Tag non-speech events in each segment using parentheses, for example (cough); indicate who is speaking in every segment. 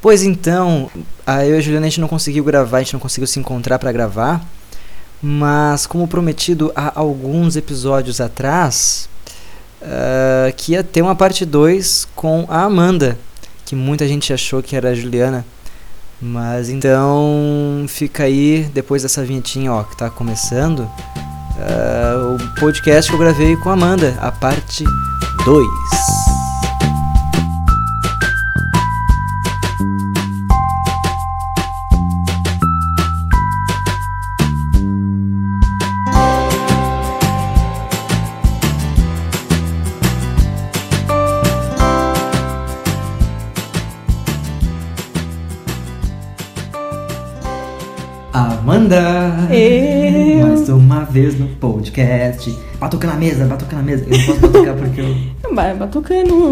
Speaker 1: Pois então, a eu e a Juliana a gente não conseguiu gravar, a gente não conseguiu se encontrar para gravar, mas como prometido há alguns episódios atrás, ah, que ia ter uma parte 2 com a Amanda, que muita gente achou que era a Juliana. Mas então fica aí, depois dessa vinhetinha ó, que tá começando, ah, o podcast que eu gravei com a Amanda, a parte 2. Amanda!
Speaker 2: Eu.
Speaker 1: Mais uma vez no podcast. Batuca na mesa, batuca na mesa. Eu não posso batucar porque eu.
Speaker 2: Ba- Batucando.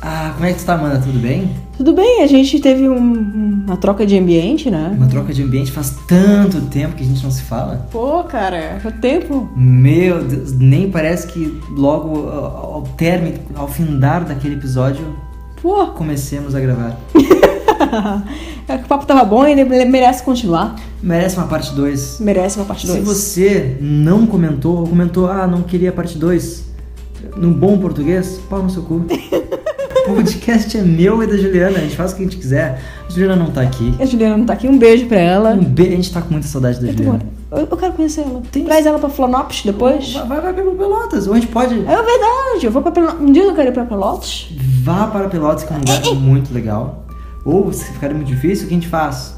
Speaker 1: Ah, como é que tu tá, Amanda? Tudo bem?
Speaker 2: Tudo bem, a gente teve um- uma troca de ambiente, né?
Speaker 1: Uma troca de ambiente faz tanto tempo que a gente não se fala.
Speaker 2: Pô, cara, quanto tempo.
Speaker 1: Meu Deus, nem parece que logo ao ao término, ao findar daquele episódio,
Speaker 2: Pô, (laughs)
Speaker 1: comecemos a gravar.
Speaker 2: é que o papo tava bom e ele merece continuar.
Speaker 1: Merece uma parte 2.
Speaker 2: Merece uma parte
Speaker 1: Se
Speaker 2: 2.
Speaker 1: você não comentou, ou comentou, ah, não queria parte 2, num bom português, pau no seu cu. o podcast é meu e da Juliana, a gente faz o que a gente quiser. A Juliana não tá aqui.
Speaker 2: A Juliana não tá aqui, um beijo pra ela.
Speaker 1: Um be... A gente tá com muita saudade da
Speaker 2: Eu, tô-
Speaker 1: Juliana.
Speaker 2: eu- eu quero conhecer ela. Traz ela pra Flanops depois.
Speaker 1: Vai, vai, vai pra Pelotas, ou a gente pode
Speaker 2: É verdade, eu vou pra Pelotas. Um dia eu quero ir pra Pelotas.
Speaker 1: Vá para Pelotas, que é um lugar muito legal. Ou, se ficar muito difícil, o que a gente faz?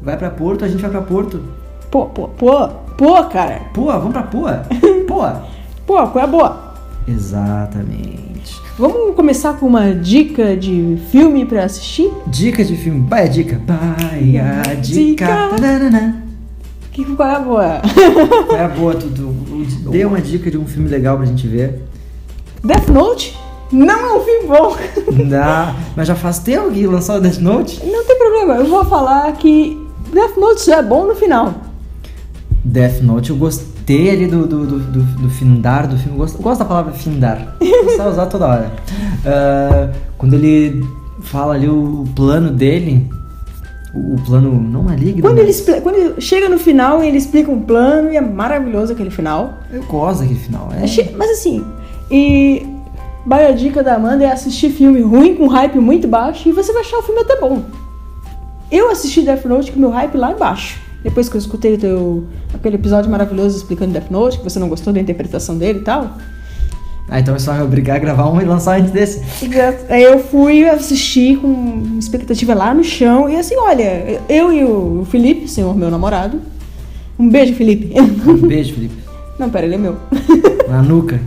Speaker 1: Vai pra Porto, a gente vai pra Porto.
Speaker 2: Pô, pô, pô, pô, cara.
Speaker 1: Pô, vamos pra (laughs) Poa? Poa!
Speaker 2: Pô, qual é a boa?
Speaker 1: Exatamente.
Speaker 2: Vamos começar com uma dica de filme pra assistir?
Speaker 1: Dica de filme. Baia dica. Baia dica.
Speaker 2: Dica.
Speaker 1: Tananana.
Speaker 2: Que qual é a boa?
Speaker 1: É boa, (laughs) Dudu. Dê uma dica de um filme legal pra gente ver.
Speaker 2: Death Note não é um filme bom.
Speaker 1: Dá. Mas já faz tempo que lançou o Death Note?
Speaker 2: (laughs) Não tem problema, eu vou falar que Death Note só é bom no final.
Speaker 1: Death Note, eu gostei ali do, do, do, do, do findar do filme. Eu Gosto, eu gosto da palavra findar. Precisa usar toda hora. (laughs) Ah, quando ele fala ali o, o plano dele, o, o plano não maligno. né?
Speaker 2: Quando
Speaker 1: mas-
Speaker 2: ele, expli- quando ele chega no final, ele explica um plano e é maravilhoso aquele final.
Speaker 1: Eu gosto daquele final. É,
Speaker 2: É che- Mas assim, e vai a dica da Amanda é assistir filme ruim com hype muito baixo e você vai achar o filme até bom. Eu assisti Death Note com meu hype lá embaixo. Depois que eu escutei o teu, aquele episódio maravilhoso explicando Death Note, que você não gostou da interpretação dele e tal.
Speaker 1: Ah, então é só me obrigar a gravar um e lançar antes desse.
Speaker 2: Exato. Aí eu fui assistir com expectativa lá no chão. E assim, olha, eu e o Felipe, senhor meu namorado. Um beijo, Felipe. (laughs)
Speaker 1: Um (laughs) beijo, Felipe.
Speaker 2: Não, pera, ele é meu. (laughs)
Speaker 1: Na nuca.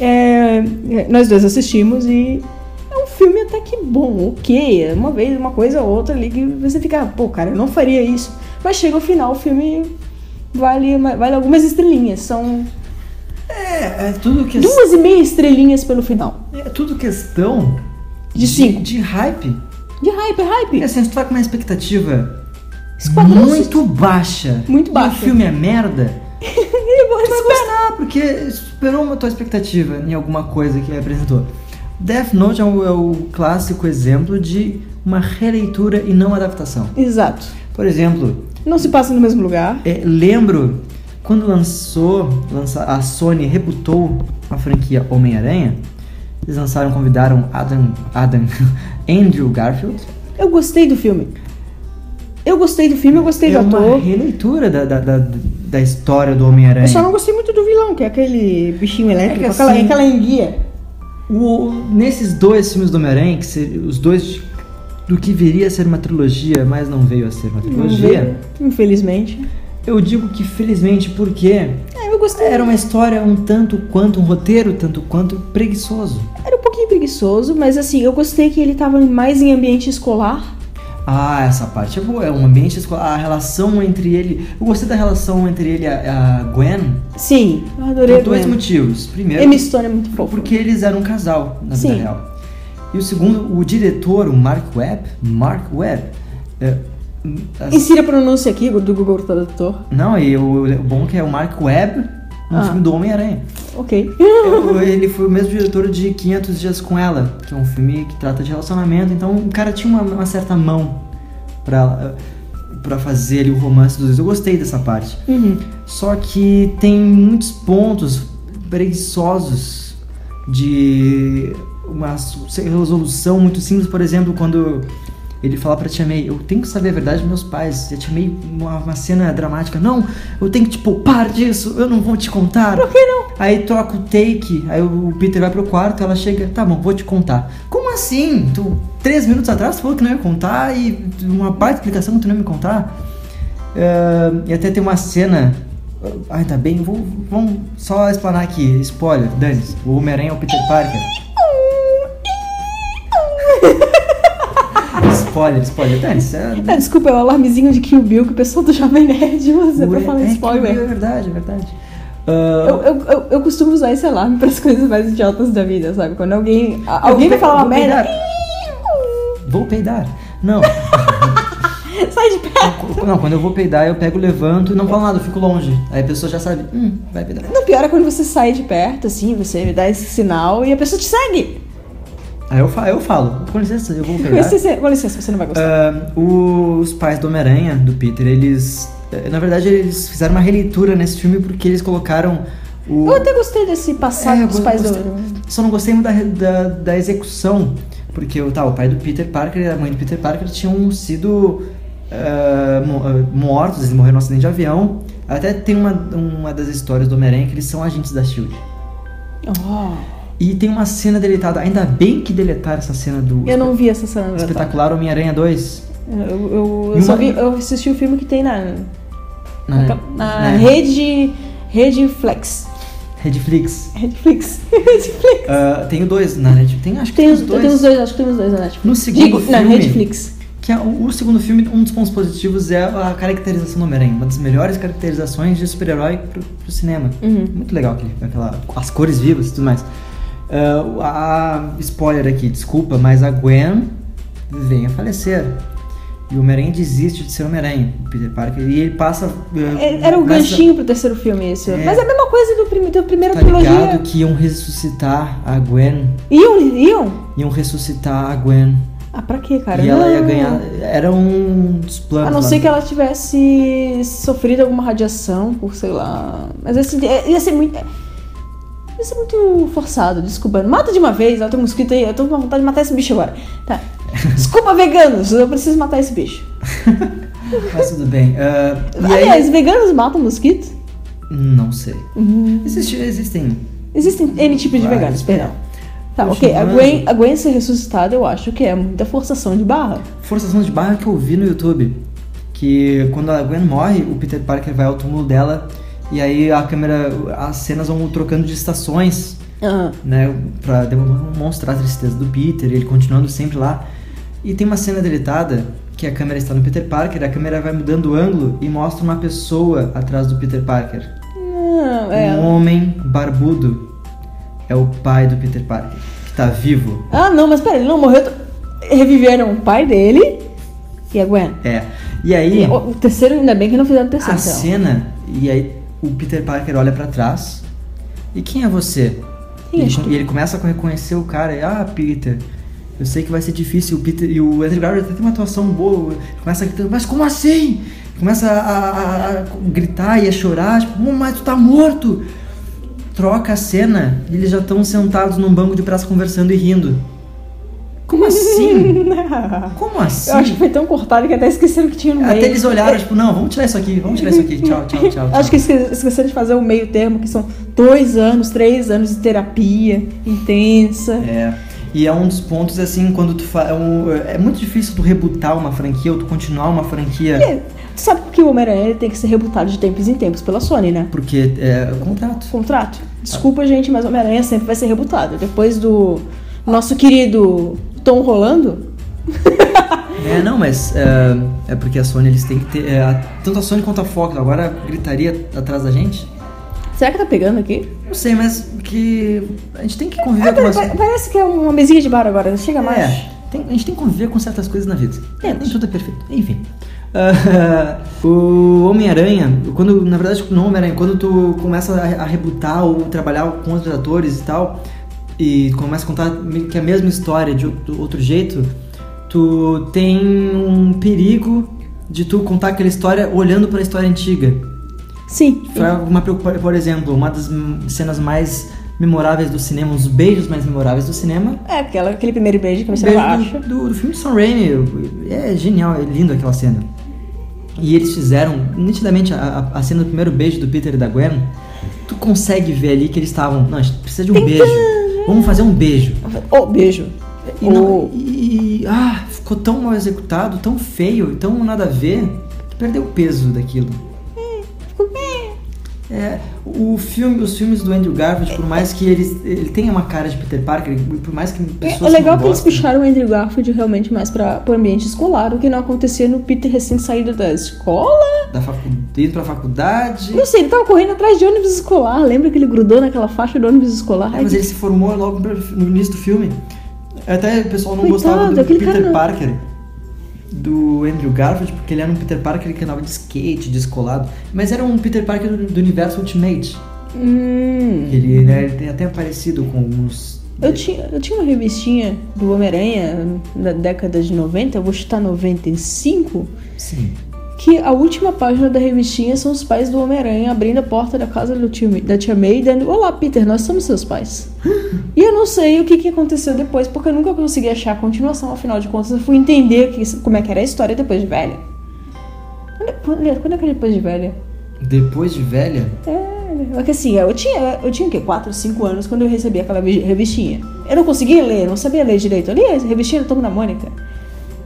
Speaker 2: É, nós dois assistimos e é um filme até que bom, ok. Uma vez, uma coisa ou outra ali que você fica, pô, cara, eu não faria isso. Mas chega o final, o filme vale, vale algumas estrelinhas. São
Speaker 1: É, é tudo que.
Speaker 2: duas e meia estrelinhas pelo final.
Speaker 1: É tudo questão
Speaker 2: De cinco.
Speaker 1: De, hype.
Speaker 2: De hype, é
Speaker 1: E
Speaker 2: hype.
Speaker 1: assim, se tu tá com uma expectativa
Speaker 2: Esquadrão
Speaker 1: muito baixa.
Speaker 2: Muito baixa.
Speaker 1: E o filme é merda.
Speaker 2: (laughs) Ele vai
Speaker 1: Tu vai gostar, porque superou a tua expectativa em alguma coisa que ele apresentou. Death Note é o, é o clássico exemplo de uma releitura e não adaptação.
Speaker 2: Exato.
Speaker 1: Por exemplo,
Speaker 2: Não se passa no mesmo lugar.
Speaker 1: é, lembro quando lançou, lança, a Sony rebutou a franquia Homem-Aranha. Eles lançaram, convidaram Adam, Adam, (laughs) Andrew Garfield.
Speaker 2: Eu gostei do filme. Eu gostei do filme, eu gostei
Speaker 1: é
Speaker 2: do
Speaker 1: uma
Speaker 2: ator.
Speaker 1: releitura da, da, da, da história do Homem-Aranha.
Speaker 2: Eu só não gostei muito do vilão, que é aquele bichinho
Speaker 1: É
Speaker 2: elétrico,
Speaker 1: que
Speaker 2: aquela,
Speaker 1: assim-
Speaker 2: aquela enguia.
Speaker 1: O- nesses dois filmes do Homem-Aranha, que ser, os dois de- do que viria a ser uma trilogia, mas não veio a ser uma
Speaker 2: Não
Speaker 1: trilogia,
Speaker 2: veio, Infelizmente.
Speaker 1: eu digo que felizmente porque
Speaker 2: É, eu gostei.
Speaker 1: era uma história um tanto quanto, um roteiro tanto quanto preguiçoso.
Speaker 2: Era um pouquinho preguiçoso, mas assim, eu gostei que ele tava mais em ambiente escolar.
Speaker 1: Ah, essa parte é boa, é um ambiente escolar, a relação entre ele. Eu gostei da relação entre ele e a, a Gwen
Speaker 2: Sim, eu adorei.
Speaker 1: por dois
Speaker 2: Gwen.
Speaker 1: motivos. Primeiro,
Speaker 2: Emma Stone é muito fofo.
Speaker 1: porque eles eram um casal na
Speaker 2: Sim.
Speaker 1: vida real. E o segundo, o diretor, o Mark Webb, Mark Webb, é, as-
Speaker 2: Insira a pronúncia aqui do Google Tradutor.
Speaker 1: Não, e o, o bom que é o Mark Webb um
Speaker 2: Ah.
Speaker 1: filme do Homem-Aranha.
Speaker 2: Ok. (laughs)
Speaker 1: Eu- ele foi o mesmo diretor de 500 Dias com Ela, que é um filme que trata de relacionamento, então o cara tinha uma, uma certa mão pra, pra fazer ali o romance dos dois. Eu gostei dessa parte.
Speaker 2: Uhum.
Speaker 1: Só que tem muitos pontos preguiçosos de uma su- resolução muito simples, por exemplo, quando ele fala pra Tia May, eu tenho que saber a verdade dos meus pais. E a Tia May, uma, uma cena dramática, não, eu tenho que te poupar disso, eu não vou te contar. Por que não? Aí troca o take, aí o Peter vai pro quarto, ela chega, tá bom, vou te contar. Como assim? Tu, três minutos atrás, tu falou que não ia contar e uma parte da explicação que tu não ia me contar. Ah, e até tem uma cena. Ai, tá bem, vou, vamos só explanar aqui. Spoiler, Dani. O Homem-Aranha é o Peter Parker. (laughs) spoiler, spoiler. Dani, isso é.
Speaker 2: Ah, desculpa, é o alarmezinho de Kill Bill que o pessoal do Jovem Nerd usa pra
Speaker 1: Ué,
Speaker 2: falar
Speaker 1: é,
Speaker 2: tá spoiler.
Speaker 1: É verdade, é verdade. Ah,
Speaker 2: Eu, eu, eu, eu costumo usar esse alarme pras (laughs) coisas mais idiotas da vida, sabe? Quando alguém. a- Alguém vai
Speaker 1: vou
Speaker 2: falar uma
Speaker 1: pe- vou
Speaker 2: merda.
Speaker 1: peidar. Vou peidar. Não.
Speaker 2: Sai de perto.
Speaker 1: qu- não, quando eu vou peidar, eu pego, levanto e não falo nada, eu fico longe. Aí a pessoa já sabe, hum, vai peidar.
Speaker 2: Não, pior é quando você sai de perto, assim, você me dá esse sinal e a pessoa te segue.
Speaker 1: Aí eu falo, eu falo, com licença, eu vou
Speaker 2: Com
Speaker 1: peidar.
Speaker 2: licença, com licença, você não vai gostar.
Speaker 1: Ah, os pais do Homem-Aranha, do Peter, eles. eh, Na verdade, eles fizeram uma releitura nesse filme porque eles colocaram É, o.
Speaker 2: eu até gostei desse passado
Speaker 1: É, eu
Speaker 2: dos pais
Speaker 1: gostei-
Speaker 2: do.
Speaker 1: Só não gostei muito da, da, da execução. Porque o, tá, o pai do Peter Parker e a mãe do Peter Parker tinham sido ah, mo- ah, mortos, eles morreram no acidente de avião. Até tem uma, uma das histórias do Homem-Aranha que eles são agentes da Shield.
Speaker 2: Oh,
Speaker 1: E tem uma cena deletada, ainda bem que deletaram essa cena do
Speaker 2: eu não vi essa cena. na verdade.
Speaker 1: espetacular Homem-Aranha 2.
Speaker 2: Eu, eu,
Speaker 1: E
Speaker 2: eu só
Speaker 1: uma-
Speaker 2: vi, eu assisti o filme que tem na,
Speaker 1: Na,
Speaker 2: na,
Speaker 1: na
Speaker 2: rede. Rede Flex.
Speaker 1: Redflix.
Speaker 2: (laughs) Netflix. Netflix.
Speaker 1: Ah, tem o dois na Netflix. Tem, acho que
Speaker 2: Tem
Speaker 1: tem
Speaker 2: os
Speaker 1: os dois.
Speaker 2: tem os dois, acho que tem os dois na Netflix.
Speaker 1: No segundo
Speaker 2: Digo, na
Speaker 1: filme-
Speaker 2: Netflix.
Speaker 1: Que é o, o segundo filme, um dos pontos positivos é a caracterização do Homem-Aranha. Uma das melhores caracterizações de super-herói pro, pro cinema.
Speaker 2: Uhum.
Speaker 1: Muito legal aquele, aquela, as cores vivas e tudo mais. Ah, o- a, spoiler aqui, desculpa, mas a Gwen vem a falecer. E o Homem-Aranha desiste de ser Homem-Aranha, o Peter Parker. E ele passa. ah,
Speaker 2: É, Era o
Speaker 1: nessa-
Speaker 2: ganchinho pro terceiro filme esse.
Speaker 1: É.
Speaker 2: Mas é a mesma coisa do, prim, do primeiro
Speaker 1: Tá
Speaker 2: trilogia.
Speaker 1: ligado que iam ressuscitar a Gwen.
Speaker 2: Iam, iam?
Speaker 1: Iam ressuscitar a Gwen.
Speaker 2: Ah, pra quê, cara?
Speaker 1: e ela ia
Speaker 2: Não.
Speaker 1: ganhar. Era um dos planos.
Speaker 2: A não
Speaker 1: lá
Speaker 2: ser
Speaker 1: do-
Speaker 2: que ela tivesse sofrido alguma radiação por, sei lá. Mas esse, é- ia ser muito. Ia ser muito forçado, desculpa. Mata de uma vez, eu tenho um mosquito aí, eu tô com vontade de matar esse bicho agora.
Speaker 1: (laughs)
Speaker 2: Tá. Desculpa, veganos, eu preciso matar esse bicho.
Speaker 1: Mas tudo bem. Ah, e aí-
Speaker 2: Aliás, veganos matam mosquito?
Speaker 1: Não sei. Existe- existem.
Speaker 2: Existem N tipos de
Speaker 1: Vários,
Speaker 2: veganos, perdão. Tá,
Speaker 1: Puxa,
Speaker 2: ok. A
Speaker 1: mano.
Speaker 2: Gwen, a Gwen ser ressuscitada, eu acho que é muita forçação de barra.
Speaker 1: Forçação de barra que eu vi no YouTube. Que quando a Gwen morre, o Peter Parker vai ao túmulo dela. E aí a câmera. As cenas vão trocando de estações,
Speaker 2: Ah,
Speaker 1: né? Pra demonstrar a tristeza do Peter, ele continuando sempre lá. E tem uma cena deletada que a câmera está no Peter Parker, a câmera vai mudando o ângulo e mostra uma pessoa atrás do Peter Parker.
Speaker 2: não, é.
Speaker 1: Um homem barbudo é o pai do Peter Parker, que tá vivo.
Speaker 2: Ah, não, mas pera, ele não morreu. t- Reviveram o pai dele e a Gwen.
Speaker 1: É. E aí,
Speaker 2: E o o terceiro, ainda bem que não fizeram o terceiro.
Speaker 1: a
Speaker 2: então.
Speaker 1: cena, e aí o Peter Parker olha pra trás. E quem é você?
Speaker 2: Quem
Speaker 1: e, ele,
Speaker 2: és
Speaker 1: com-
Speaker 2: tu?
Speaker 1: e ele começa a reconhecer o cara. E, ah, Peter, eu sei que vai ser difícil. O Peter, e o Andrew Garfield até tem uma atuação boa. Começa a gritar, mas como assim? Começa a, a- a gritar e a chorar. Tipo, "Hum, mas tu tá morto. Troca a cena e eles já estão sentados num banco de praça conversando e rindo. Como assim? Como assim?
Speaker 2: (laughs) eu acho que foi tão cortado que até esqueceram que tinha no meio.
Speaker 1: Até eles olharam, tipo, não, vamos tirar isso aqui, vamos tirar isso aqui, tchau, tchau, tchau.
Speaker 2: Acho que esque- esqueceram de fazer o meio termo, que são dois anos, três anos de terapia intensa.
Speaker 1: É. E é um dos pontos, assim, quando tu faz. É, um- é muito difícil tu rebutar uma franquia ou tu continuar uma franquia.
Speaker 2: É, Tu sabe que o Homem-Aranha ele tem que ser rebutado de tempos em tempos pela Sony, né?
Speaker 1: Porque é o contrato.
Speaker 2: Contrato. Desculpa, gente, mas o Homem-Aranha sempre vai ser rebutado. Depois do nosso querido Tom Rolando.
Speaker 1: É, não, mas é, é porque a Sony eles têm que ter. é, a- tanto a Sony quanto a Fox agora gritaria atrás da gente.
Speaker 2: Será que tá pegando aqui?
Speaker 1: Não sei, mas que. A gente tem que conviver
Speaker 2: Ah,
Speaker 1: com
Speaker 2: pera-
Speaker 1: as.
Speaker 2: pa- Parece que é uma mesinha de bar agora, não chega mais.
Speaker 1: É, tem- a gente tem que conviver com certas coisas na vida.
Speaker 2: É.
Speaker 1: nem tudo é perfeito. Enfim. (laughs) o Homem-Aranha, quando na verdade não Homem-Aranha, quando tu começa a, a rebutar ou trabalhar com outros atores e tal, e começa a contar meio que a mesma história de outro outro jeito, tu tem um perigo de tu contar aquela história olhando para a história antiga.
Speaker 2: Sim.
Speaker 1: Pra uma preocupa- por exemplo, uma das hum, cenas mais memoráveis do cinema, um dos beijos mais memoráveis do cinema,
Speaker 2: É, aquela, aquele primeiro beijo que você
Speaker 1: Beijo
Speaker 2: acha.
Speaker 1: do, do, do filme de Sam Raimi. É genial, é lindo aquela cena. E eles fizeram, nitidamente, a, a- a cena do primeiro beijo do Peter e da Gwen. Tu consegue ver ali que eles estavam. Não, a gente precisa de um beijo. Vamos fazer um beijo.
Speaker 2: Ô, beijo.
Speaker 1: E, não-
Speaker 2: Ô.
Speaker 1: e- e- Ah, ficou tão mal executado, tão feio, tão nada a ver, que perdeu o peso daquilo. É, o filme, os filmes do Andrew Garfield, por mais que ele, ele tenha uma cara de Peter Parker, e por mais que
Speaker 2: É,
Speaker 1: pessoas
Speaker 2: o legal é
Speaker 1: não
Speaker 2: que eles
Speaker 1: gostem,
Speaker 2: puxaram o Andrew Garfield realmente mais para o ambiente escolar, o que não acontecia no Peter recém-saído da escola.
Speaker 1: da faculdade, indo pra faculdade. É,
Speaker 2: Não sei, ele tava correndo atrás de ônibus escolar. Lembra que ele grudou naquela faixa do ônibus escolar?
Speaker 1: É, mas ele se formou logo no no início do filme. Até o pessoal não
Speaker 2: Coitado,
Speaker 1: gostava do
Speaker 2: aquele
Speaker 1: Peter
Speaker 2: cara não-
Speaker 1: Parker, do Andrew Garfield, porque ele era um Peter Parker que andava de skate, descolado. Mas era um Peter Parker do, do universo Ultimate.
Speaker 2: Hum.
Speaker 1: Ele, né, ele tem até aparecido com alguns.
Speaker 2: Eu tinha, eu tinha uma revistinha do Homem-Aranha da década de 90, eu vou chutar 95,
Speaker 1: Sim.
Speaker 2: que a última página da revistinha são os pais do Homem-Aranha abrindo a porta da casa do tio, da tia May e dando Olá, Peter, nós somos seus pais. e eu não sei o que, que aconteceu depois, porque eu nunca consegui achar a continuação, afinal de contas eu fui entender que- como é que era a história depois de velha. Quando, quando, quando é que é depois de velha?
Speaker 1: Depois de velha,
Speaker 2: É, é que assim, eu tinha, eu tinha o quê? 4, 5 anos quando eu recebi aquela vi- revistinha. Eu não conseguia ler, não sabia ler direito. Eu li a revistinha do Tom da Mônica.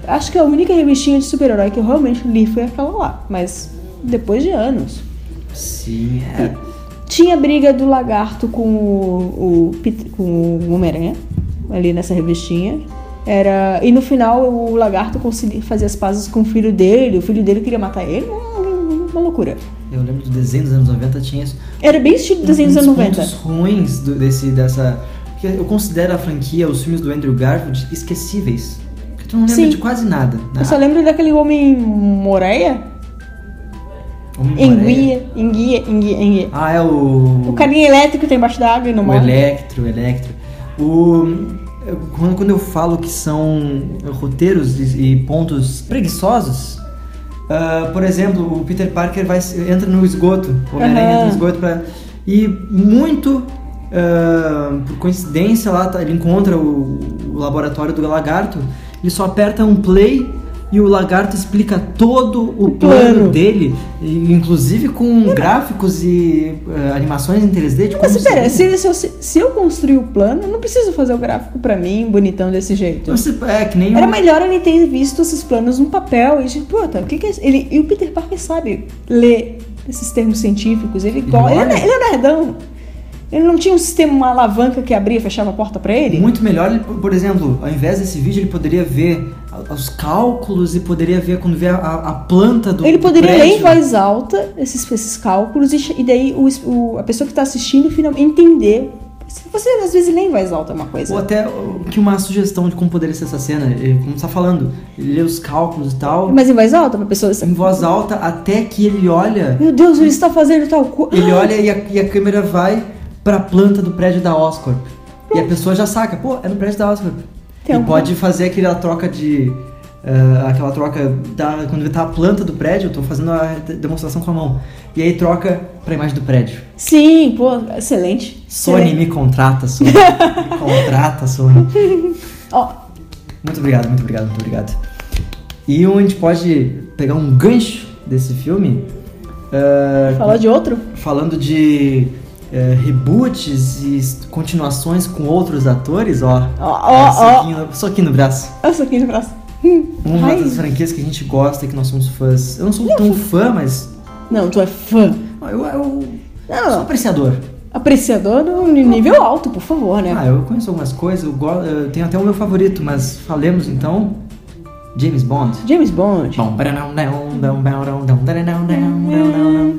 Speaker 2: Acho que a única revistinha de super-herói que eu realmente li foi aquela lá, mas depois de anos.
Speaker 1: sim, é.
Speaker 2: Tinha a briga do lagarto com o, o Pit- com o Homem-Aranha, ali nessa revistinha. Era, e no final o lagarto consegui- fazia as pazes com o filho dele, o filho dele queria matar ele, uma- uma loucura.
Speaker 1: Eu lembro do desenho dos anos 90, tinha isso.
Speaker 2: Era bem estilo desenho dos
Speaker 1: Um
Speaker 2: anos
Speaker 1: dos
Speaker 2: 90.
Speaker 1: pontos ruins do- desse, dessa. Porque eu considero a franquia, os filmes do Andrew Garfield, esquecíveis. Porque tu não lembra
Speaker 2: Sim.
Speaker 1: de quase nada. né?
Speaker 2: Eu só lembro daquele homem moreia?
Speaker 1: Homem-Aranha.
Speaker 2: Enguia, enguia, enguia, enguia.
Speaker 1: Ah, é o.
Speaker 2: O carinha elétrico tem embaixo da água e não
Speaker 1: O
Speaker 2: morre.
Speaker 1: Electro, o Electro. O. eu- Quando, quando eu falo que são roteiros e, e pontos preguiçosos, ah, por exemplo, o Peter Parker vai, se- entra no esgoto, o Homem-Aranha
Speaker 2: Aham.
Speaker 1: entra no esgoto pra, e muito ah, por coincidência lá tá- ele encontra o, o laboratório do lagarto, ele só aperta um play e o lagarto explica todo o plano,
Speaker 2: plano.
Speaker 1: dele, e- inclusive com gráficos e ah, animações em 3D de
Speaker 2: Mas
Speaker 1: como
Speaker 2: pera,
Speaker 1: seria.
Speaker 2: se, se, eu, se eu construir o plano, eu não preciso fazer o gráfico pra mim, bonitão desse jeito.
Speaker 1: Você- é que nem
Speaker 2: Era
Speaker 1: um-
Speaker 2: melhor ele ter visto esses planos no papel e tipo, puta, o que que é isso? Ele, e o Peter Parker sabe ler esses termos científicos, ele gosta. Ele,
Speaker 1: olha.
Speaker 2: é- ele é nerdão. Ele não tinha um sistema, uma alavanca que abria e fechava a porta pra ele?
Speaker 1: muito melhor, ele, por exemplo, ao invés desse vídeo, ele poderia ver a- os cálculos e poderia ver quando vê a, a planta do
Speaker 2: Ele poderia
Speaker 1: do
Speaker 2: ler
Speaker 1: prédio.
Speaker 2: em voz alta esses, esses cálculos e, che- e daí o es- o- a pessoa que está assistindo finalmente entender. Você às vezes lê em voz alta uma
Speaker 1: Ou
Speaker 2: coisa.
Speaker 1: até ó, que uma sugestão de como poderia ser essa cena, ele- como você tá falando, ele lê os cálculos e tal,
Speaker 2: Mas em voz alta, uma pessoa.
Speaker 1: em voz alta, até que ele olha,
Speaker 2: Meu Deus, ele está fazendo tal coisa.
Speaker 1: ele olha e a, e a câmera vai pra planta do prédio da Oscorp. E a pessoa já saca, pô, é no prédio da Oscorp. e
Speaker 2: Tem alguma-
Speaker 1: pode fazer aquela troca de. ah, aquela troca da, quando tá a planta do prédio, eu tô fazendo a demonstração com a mão. E aí troca pra imagem do prédio.
Speaker 2: Ah, Sim, pô, excelente.
Speaker 1: Sony,
Speaker 2: Excelente.
Speaker 1: me contrata, Sony. me contrata, Sony.
Speaker 2: Ó,
Speaker 1: Muito obrigado, muito obrigado, muito obrigado. E onde a gente pode pegar um gancho desse filme. ah,
Speaker 2: falar de outro?
Speaker 1: falando de eh, reboots e s- continuações com outros atores, ó.
Speaker 2: Ó, ó,
Speaker 1: É, soquinho, soquinho no braço.
Speaker 2: Olha isso aqui no braço.
Speaker 1: Uma
Speaker 2: Ai.
Speaker 1: das franquias que a gente gosta, que nós somos fãs. Eu não sou tão fã, mas
Speaker 2: Não, tu é fã.
Speaker 1: ó, eu, eu
Speaker 2: Não,
Speaker 1: sou
Speaker 2: não.
Speaker 1: apreciador.
Speaker 2: Apreciador no nível alto, por favor, né?
Speaker 1: Ah, eu conheço algumas coisas, eu, go- eu tenho até o meu favorito, mas falemos então. James Bond.
Speaker 2: James Bond.
Speaker 1: Bom, baranão, não, não, barão, não, baranão, não, não, não, não.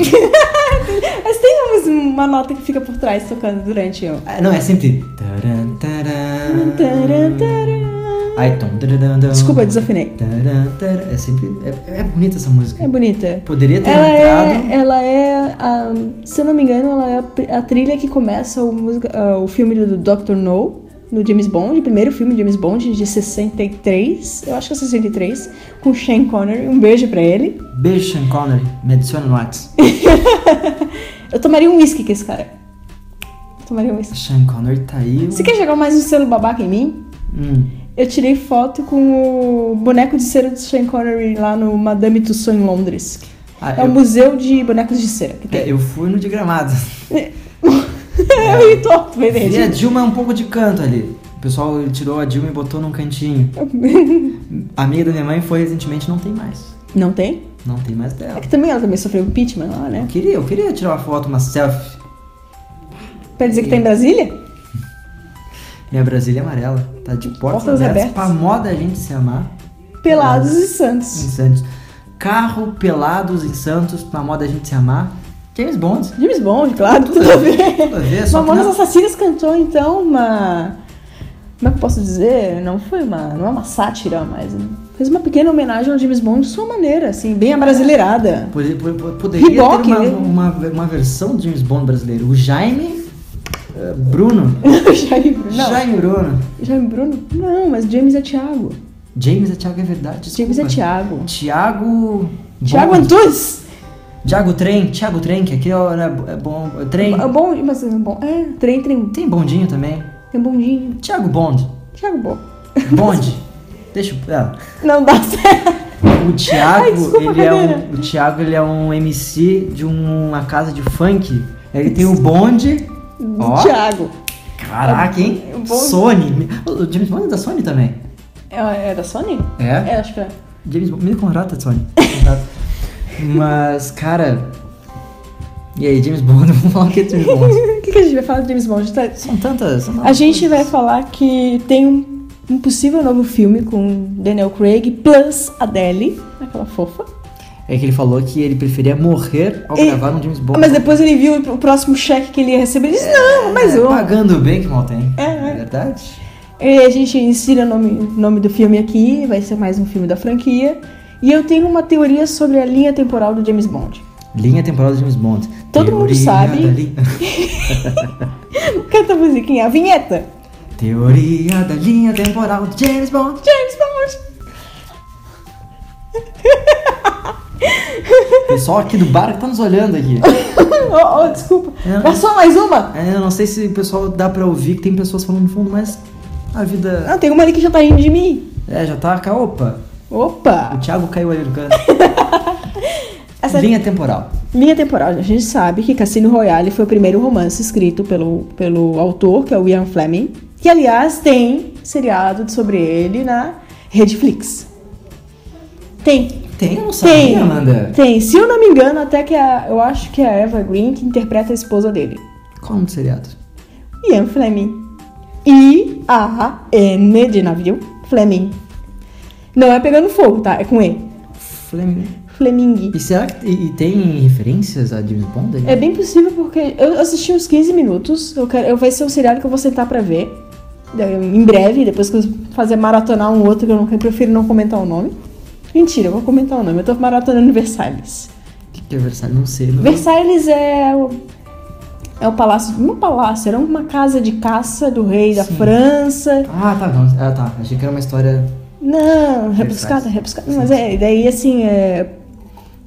Speaker 2: (laughs) Mas tem uns- uma nota que fica por trás tocando durante o.
Speaker 1: Ah, Não, é sempre. Taran, taran.
Speaker 2: Taran, taran.
Speaker 1: Aí, tom. tararam,
Speaker 2: Desculpa, desafinei.
Speaker 1: tararam, tararam. É sempre. É, é bonita essa música.
Speaker 2: É bonita.
Speaker 1: Poderia ter
Speaker 2: Ela
Speaker 1: entrado.
Speaker 2: é, ela é a, se eu não me engano, ela é a pri- a, trilha que começa o, música- ah, o filme do Dr. No, no James Bond, o primeiro filme de James Bond de 63, eu acho que é 63, com Shane Connery, um beijo pra ele.
Speaker 1: Beijo, Sean Connery. Me adiciona no Whats.
Speaker 2: Eu tomaria um whisky com esse cara. Eu tomaria um whisky.
Speaker 1: Sean Connery tá aí.
Speaker 2: Você quer jogar mais um selo babaca em mim?
Speaker 1: Hum.
Speaker 2: Eu tirei foto com o boneco de cera do Shane Connery lá no Madame Tussauds em Londres.
Speaker 1: Ah,
Speaker 2: É o
Speaker 1: eu-
Speaker 2: museu de bonecos de cera que tem.
Speaker 1: é, eu fui no de gramado.
Speaker 2: (laughs) Eu e torto, bem
Speaker 1: E a
Speaker 2: entendido.
Speaker 1: Dilma é um pouco É, de canto ali. O pessoal tirou a Dilma e botou num cantinho. A amiga da minha mãe foi recentemente, não tem mais.
Speaker 2: (laughs) Não tem?
Speaker 1: Não tem mais
Speaker 2: É
Speaker 1: dela.
Speaker 2: que também ela também sofreu impeachment lá,
Speaker 1: Eu
Speaker 2: né?
Speaker 1: queria, eu queria tirar uma foto, uma selfie.
Speaker 2: Pra dizer que tá em Brasília?
Speaker 1: Minha Brasília é amarela. Tá de portas,
Speaker 2: Portas
Speaker 1: abertas,
Speaker 2: abertas.
Speaker 1: Pra moda a gente se amar.
Speaker 2: Pelados e Santos.
Speaker 1: Em Santos. Carro pelados em Santos, pra moda a gente se amar. James Bond.
Speaker 2: James Bond, claro, tudo a
Speaker 1: Tudo a
Speaker 2: ver.
Speaker 1: ver, É só que
Speaker 2: Mamonas
Speaker 1: não-
Speaker 2: Assassinas cantou, então, uma... Como é que eu posso dizer? Não foi uma... Não é uma sátira, mas... Fez uma pequena homenagem ao James Bond de sua maneira, assim, bem abrasileirada. (laughs)
Speaker 1: Poder- po- po- Poderia
Speaker 2: Reebok,
Speaker 1: ter uma,
Speaker 2: né?
Speaker 1: uma, uma versão de James Bond brasileiro. O Jaime eh, Bruno.
Speaker 2: Jaime Bruno. Não,
Speaker 1: Jaime Bruno.
Speaker 2: Jaime Bruno? Não, mas James é Thiago.
Speaker 1: James é Thiago, é verdade.
Speaker 2: James é
Speaker 1: desculpa.
Speaker 2: Thiago.
Speaker 1: Thiago.
Speaker 2: Thiago
Speaker 1: Bond.
Speaker 2: Antunes!
Speaker 1: Thiago Trem. Thiago Trem, que aqui ó, era bo- é bom. é Trem.
Speaker 2: É bom, mas é bom. É, trem, trem.
Speaker 1: Tem bondinho também.
Speaker 2: Tem bondinho.
Speaker 1: Thiago Bond.
Speaker 2: Thiago Bom. (laughs)
Speaker 1: Bond. Deixa eu. ah.
Speaker 2: Não dá (laughs) certo.
Speaker 1: O Thiago,
Speaker 2: Ai, desculpa,
Speaker 1: ele é
Speaker 2: cadeira.
Speaker 1: um, o Thiago, ele é um MC de uma casa de funk. Ele tem o bonde. Ó,
Speaker 2: Thiago.
Speaker 1: caraca, hein?
Speaker 2: O bonde.
Speaker 1: Sony. O James Bond é da Sony também.
Speaker 2: É, é da Sony?
Speaker 1: É?
Speaker 2: É, acho que é.
Speaker 1: James Bond, me contrata, Sony. Me contrata. Mas, cara. E aí, James Bond? (laughs) Vamos falar o que é James Bond?
Speaker 2: (laughs) O que, que a gente vai falar do James Bond? Tá-
Speaker 1: São tantas. são
Speaker 2: A
Speaker 1: tantas
Speaker 2: gente vai
Speaker 1: coisas.
Speaker 2: falar que tem um, um possível novo filme com Daniel Craig plus Adele, aquela fofa.
Speaker 1: É que ele falou que ele preferia morrer ao
Speaker 2: E-
Speaker 1: gravar um James Bond.
Speaker 2: Mas depois ele viu o próximo cheque que ele ia receber e disse, não, mais
Speaker 1: É,
Speaker 2: um.
Speaker 1: Pagando bem que mal tem.
Speaker 2: É, é.
Speaker 1: verdade?
Speaker 2: E a gente insira o nome, o nome do filme aqui, vai ser mais um filme da franquia. E eu tenho uma teoria sobre a linha temporal do James Bond.
Speaker 1: Linha temporal de James Bond.
Speaker 2: Todo mundo sabe.
Speaker 1: da linha- (laughs)
Speaker 2: (laughs) Canta a musiquinha, a vinheta.
Speaker 1: Teoria da linha temporal de James Bond.
Speaker 2: James Bond.
Speaker 1: O pessoal aqui do bar que tá nos olhando aqui.
Speaker 2: (laughs) Oh, oh, desculpa.
Speaker 1: Não.
Speaker 2: É só mais uma?
Speaker 1: É, Eu não sei se o pessoal dá pra ouvir que tem pessoas falando no fundo, mas a vida.
Speaker 2: Não, tem uma ali que já tá rindo de mim.
Speaker 1: É, já tá. ca- Opa!
Speaker 2: Opa!
Speaker 1: O Thiago caiu ali no canto.
Speaker 2: (laughs) Essa
Speaker 1: Linha temporal.
Speaker 2: Linha temporal, a gente sabe que Cassino Royale foi o primeiro romance escrito pelo, pelo autor, que é o Ian Fleming, que aliás tem seriado sobre ele na Redflix. Tem.
Speaker 1: Tem, eu não sabia,
Speaker 2: Tem.
Speaker 1: Amanda.
Speaker 2: Tem. Se eu não me engano, até que a, eu acho que é a Eva Green que interpreta a esposa dele.
Speaker 1: Qual o nome do seriado?
Speaker 2: Ian Fleming. I-A-N de navio. Fleming. Não é pegando fogo, tá? É com E.
Speaker 1: Fleming.
Speaker 2: Fleming.
Speaker 1: E será que e, e tem referências a James Bond? aí?
Speaker 2: É bem possível porque eu assisti uns 15 minutos. Eu quero, eu, vai ser um seriado que eu vou sentar pra ver. Daí, Em breve, depois que eu fazer maratonar um outro que eu não eu prefiro não comentar o nome. Mentira, eu vou comentar o nome. Eu tô maratonando Versalhes.
Speaker 1: O que, que é Versalhes? Não sei. Não
Speaker 2: Versalhes é o, é o palácio, não um palácio, era uma casa de caça do rei da
Speaker 1: Sim.
Speaker 2: França.
Speaker 1: Ah, tá. Não. Ah, tá. Achei que era uma história.
Speaker 2: Não, rebuscada, rebuscada. Mas é, daí assim, é,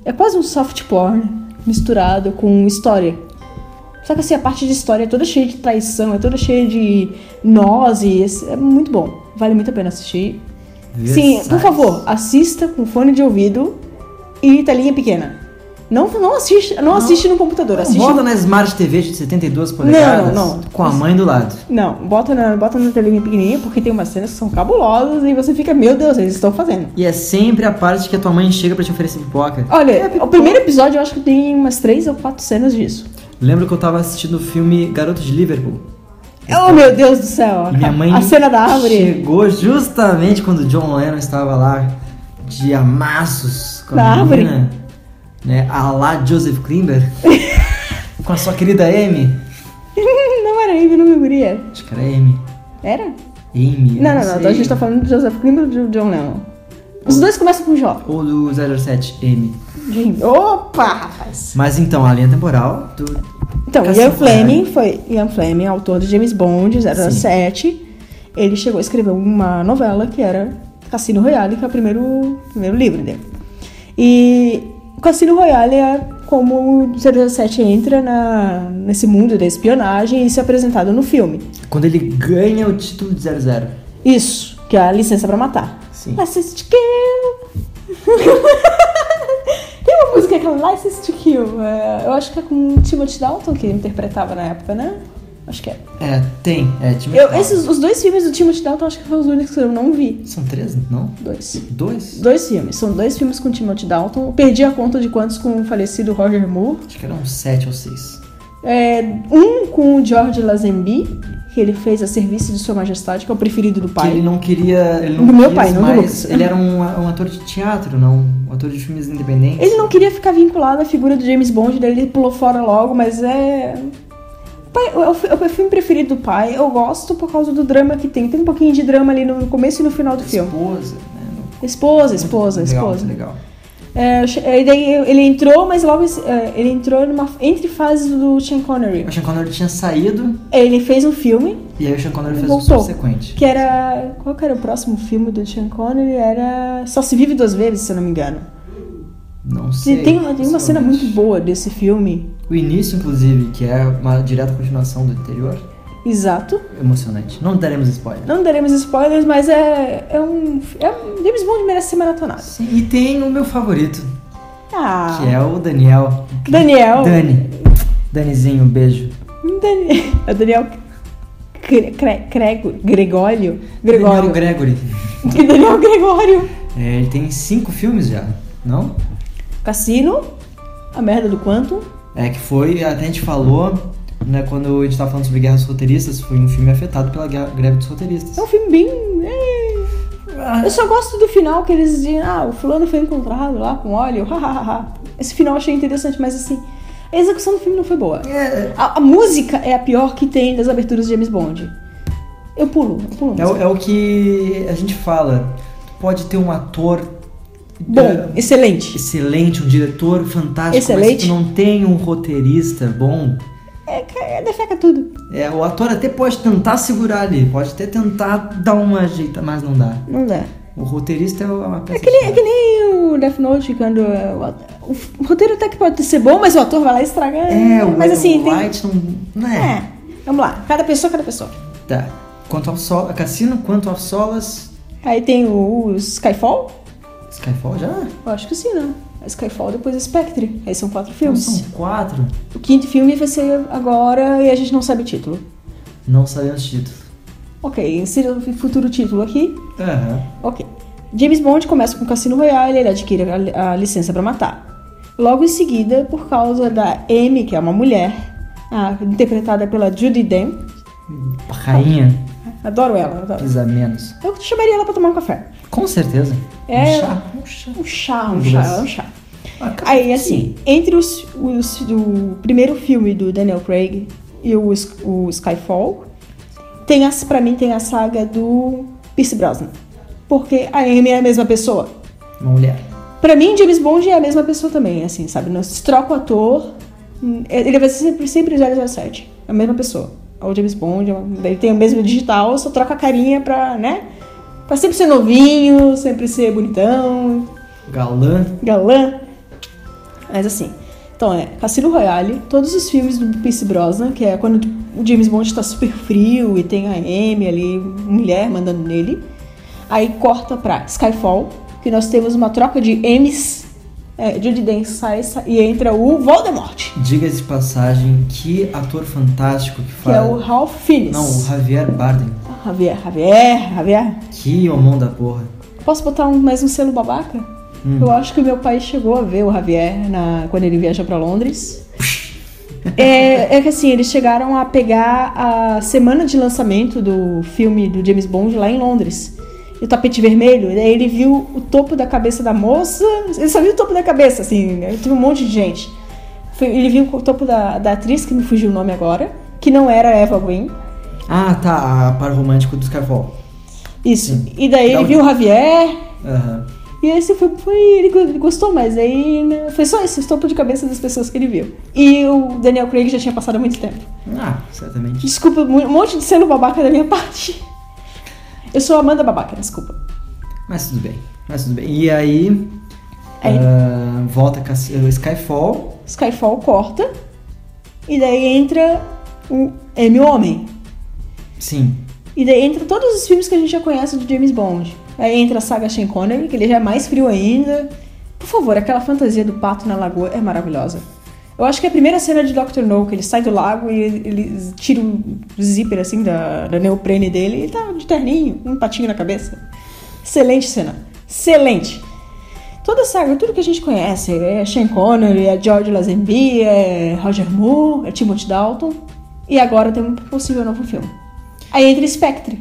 Speaker 2: é quase um soft porn misturado com história. Só que assim, a parte de história é toda cheia de traição, é toda cheia de nós e esse- é muito bom. Vale muito a pena assistir. Sim, por
Speaker 1: Versalhes.
Speaker 2: favor, assista com fone de ouvido e telinha pequena. Não, não assiste, não, assiste no computador,
Speaker 1: Não
Speaker 2: assiste. um-
Speaker 1: Roda na Smart TV de 72 polegadas
Speaker 2: Não, não, não.
Speaker 1: com a mãe do lado.
Speaker 2: Não, bota na, bota na telinha pequenininha porque tem umas cenas que são cabulosas e você fica, meu Deus, eles estão fazendo.
Speaker 1: E é sempre a parte que a tua mãe chega pra te oferecer pipoca.
Speaker 2: Olha, o primeiro episódio É, eu acho que tem umas três ou quatro cenas disso.
Speaker 1: Lembro que eu tava assistindo o filme Garoto de Liverpool.
Speaker 2: Oh, meu Deus do céu!
Speaker 1: E Então, minha mãe
Speaker 2: a cena da (laughs) árvore.
Speaker 1: chegou justamente quando o John Lennon estava lá de amassos com a
Speaker 2: Da árvore?
Speaker 1: menina, né? A lá Joseph
Speaker 2: (laughs)
Speaker 1: Klimber. com a sua querida Amy.
Speaker 2: não era Amy, não me guria.
Speaker 1: Acho que era Amy.
Speaker 2: Era?
Speaker 1: Amy.
Speaker 2: Não, não, não. Então a gente tá falando de Joseph Klimber ou de John Lennon. Os dois começam com J.
Speaker 1: Ou do 07 M.
Speaker 2: Gente, Opa, rapaz!
Speaker 1: Mas então, a linha temporal do.
Speaker 2: Então,
Speaker 1: Cassio
Speaker 2: Ian Fleming foi Ian Fleming, autor de James Bond 007. Ele chegou a escrever uma novela que era Cassino Royale, que é o primeiro, primeiro livro dele. E Cassino Royale é como o 007 entra na, nesse mundo da espionagem e se é apresentado no filme.
Speaker 1: Quando ele ganha o título de 00.
Speaker 2: Isso, que é a licença pra matar.
Speaker 1: Sim.
Speaker 2: License to Kill! (laughs) Tem uma música que é License to Kill. é, eu acho que é com o Timothy Dalton que interpretava na época, né? Acho que é.
Speaker 1: É, tem. É, time
Speaker 2: Eu,
Speaker 1: tal.
Speaker 2: esses, os dois filmes do Timothy Dalton acho que foram os únicos que eu não vi.
Speaker 1: São três, não?
Speaker 2: Dois.
Speaker 1: Dois?
Speaker 2: Dois filmes. São dois filmes com o Timothy Dalton. Eu Perdi a conta de quantos com o falecido Roger Moore.
Speaker 1: Acho que eram sete ou seis.
Speaker 2: É, um com o George Lazenby, que ele fez a serviço de Sua Majestade, que é o preferido do
Speaker 1: Que ele
Speaker 2: pai.
Speaker 1: não queria. Ele não
Speaker 2: Do meu
Speaker 1: quis
Speaker 2: pai, não do
Speaker 1: mais-
Speaker 2: Lucas.
Speaker 1: Ele era um, um ator de teatro, não? Um ator de filmes independentes.
Speaker 2: Ele não queria ficar vinculado à figura do James Bond, daí ele pulou fora logo, mas é. Pai, é o fi- é o filme preferido do pai. Eu gosto por causa do drama que tem. Tem um pouquinho de drama ali no começo e no final do filme.
Speaker 1: Esposa, né? Muito
Speaker 2: Esposa, esposa,
Speaker 1: legal,
Speaker 2: esposa.
Speaker 1: muito Legal.
Speaker 2: É, che- é, e daí ele entrou, mas logo esse- é, ele entrou numa entre fases do Sean Connery.
Speaker 1: O Sean Connery tinha saído
Speaker 2: Ele fez um filme
Speaker 1: e aí o Sean Connery
Speaker 2: Ele
Speaker 1: fez
Speaker 2: voltou.
Speaker 1: o subsequente.
Speaker 2: que era qual que era o próximo filme do Sean Connery? Era Só se vive duas vezes, se eu não me engano.
Speaker 1: Não
Speaker 2: E
Speaker 1: sei.
Speaker 2: tem, uma- tem uma cena muito
Speaker 1: possivelmente.
Speaker 2: boa desse filme.
Speaker 1: O início, inclusive, que é uma direta continuação do anterior,
Speaker 2: Exato.
Speaker 1: emocionante. Não daremos spoiler.
Speaker 2: Não daremos spoilers, mas é é um é um James Bond merece ser maratonado.
Speaker 1: Sim, e tem o meu favorito,
Speaker 2: Ah.
Speaker 1: que é o Daniel.
Speaker 2: Daniel.
Speaker 1: Dani. Danizinho, um beijo.
Speaker 2: Dani- é Daniel Cre- Cre- Crego- Gregório.
Speaker 1: Daniel
Speaker 2: Gregório.
Speaker 1: Gregory.
Speaker 2: (laughs) Daniel Gregório.
Speaker 1: É, ele tem cinco filmes já, não?
Speaker 2: Cassino, a merda do quanto.
Speaker 1: É que foi, até a gente falou, né, quando a gente tava falando sobre Guerra dos Roteiristas, foi um filme afetado pela guerra- greve dos roteiristas.
Speaker 2: É um filme bem. é.
Speaker 1: Ah.
Speaker 2: Eu só gosto do final que eles dizem, ah, o fulano foi encontrado lá com óleo, (laughs) hahaha. Esse final eu achei interessante, mas assim, a execução do filme não foi boa.
Speaker 1: É,
Speaker 2: A, a música é a pior que tem das aberturas de James Bond. Eu pulo, eu pulo.
Speaker 1: É, o- é o que a gente fala. Tu pode ter um ator
Speaker 2: Bom,
Speaker 1: é,
Speaker 2: excelente.
Speaker 1: excelente, um diretor fantástico, mas
Speaker 2: Excelente.
Speaker 1: se tu não tem um roteirista bom,
Speaker 2: É, é, defeca tudo.
Speaker 1: é, o ator até pode tentar segurar ali, pode até tentar dar uma ajeita, mas não dá.
Speaker 2: Não dá.
Speaker 1: O roteirista é uma peça.
Speaker 2: É que, nem, é que nem o Death Note, quando é, o, at- o f- o roteiro até que pode ser bom, mas o ator vai lá e estraga.
Speaker 1: É, o,
Speaker 2: mas assim,
Speaker 1: o
Speaker 2: tem,
Speaker 1: White não. não é.
Speaker 2: É, vamos lá. Cada pessoa, cada pessoa.
Speaker 1: Tá. Quanto ao Sol, a Cassino, quanto ao Solas.
Speaker 2: Aí tem o, o Skyfall?
Speaker 1: Skyfall já?
Speaker 2: Eu acho que sim, né? Skyfall, depois Spectre. Aí são quatro
Speaker 1: Não
Speaker 2: filmes.
Speaker 1: então são quatro?
Speaker 2: O quinto filme vai ser agora e a gente não sabe o título.
Speaker 1: Não sabemos título.
Speaker 2: Ok, insira o futuro título aqui.
Speaker 1: Aham.
Speaker 2: Ok. James Bond começa com Cassino Royale, ele adquire a, li- a licença pra matar. Logo em seguida, por causa da Amy, que é uma mulher, ah, interpretada pela Judy Dent.
Speaker 1: Rainha,
Speaker 2: Adoro ela, adoro.
Speaker 1: pisa menos.
Speaker 2: Eu chamaria ela pra tomar um café.
Speaker 1: Com certeza.
Speaker 2: É.
Speaker 1: Um chá. Um chá.
Speaker 2: Um chá, um
Speaker 1: Um
Speaker 2: chá,
Speaker 1: doce.
Speaker 2: um chá.
Speaker 1: Ah,
Speaker 2: Aí, assim, entre os, os- o primeiro filme do Daniel Craig e o, S- o Skyfall, tem as, pra mim tem a saga do Pierce Brosnan. Porque a Amy é a mesma pessoa.
Speaker 1: Uma mulher.
Speaker 2: Pra mim, James Bond é a mesma pessoa também, assim, sabe? Nós troca o ator, hum, ele vai ser sempre, sempre 007. É a mesma pessoa. É O James Bond, é uma- ele tem o mesmo digital, só troca a carinha pra, né? Pra sempre ser novinho, sempre ser bonitão,
Speaker 1: Galã.
Speaker 2: galã. Mas assim, então é Cassino Royale, todos os filmes do Pierce Brosnan, que é quando o James Bond tá super frio e tem a Amy ali, mulher mandando nele. Aí corta pra Skyfall, que nós temos uma troca de M's, é, Judy Dench sai sa- e entra o Voldemort,
Speaker 1: Diga-se de passagem, que ator fantástico que
Speaker 2: que
Speaker 1: faz.
Speaker 2: é o Ralph Fiennes. Ah,
Speaker 1: Não, o Javier Bardem.
Speaker 2: Javier, Javier, Javier.
Speaker 1: Que homão da porra.
Speaker 2: Posso botar um- mais um selo babaca? Eu acho que o meu pai chegou a ver o Javier na- quando ele viaja pra Londres. é, é que assim, eles chegaram a pegar a semana de lançamento do filme do James Bond lá em Londres. E o tapete vermelho, e daí ele viu o topo da cabeça da moça. Ele só viu o topo da cabeça, assim, né? teve um monte de gente. Foi- ele viu o topo da, da atriz, que me fugiu o nome agora, que não era a Eva Green.
Speaker 1: Ah, tá. A par romântico do Skyfall.
Speaker 2: Isso.
Speaker 1: Sim.
Speaker 2: E daí
Speaker 1: Dá
Speaker 2: ele
Speaker 1: um-
Speaker 2: viu o Javier.
Speaker 1: Aham.
Speaker 2: E esse foi, foi ele, go- ele gostou, mas aí né, foi só esse estopo de cabeça das pessoas que ele viu. E o Daniel Craig já tinha passado há muito tempo.
Speaker 1: Ah, certamente.
Speaker 2: Desculpa, um monte de selo babaca da minha (laughs) parte. Eu sou a Amanda Babaca, desculpa.
Speaker 1: Mas tudo bem. Mas tudo bem. E aí.
Speaker 2: Aí-
Speaker 1: ah, volta com a- o Skyfall.
Speaker 2: Skyfall corta. E daí entra o M-Homem.
Speaker 1: Sim.
Speaker 2: E daí entra todos os filmes que a gente já conhece do James Bond. Aí entra a saga Sean Connery, que ele já é mais frio ainda. Por favor, aquela fantasia do pato na lagoa é maravilhosa. Eu acho que é a primeira cena de Dr. No, que ele sai do lago e ele, ele tira o zíper assim da, da neoprene dele e ele tá de terninho, um patinho na cabeça. Excelente cena. Excelente. Toda a saga, tudo que a gente conhece, é Sean Connery, é George Lazenby, é Roger Moore, é Timothy Dalton. E agora tem um possível novo filme. Aí entra Spectre.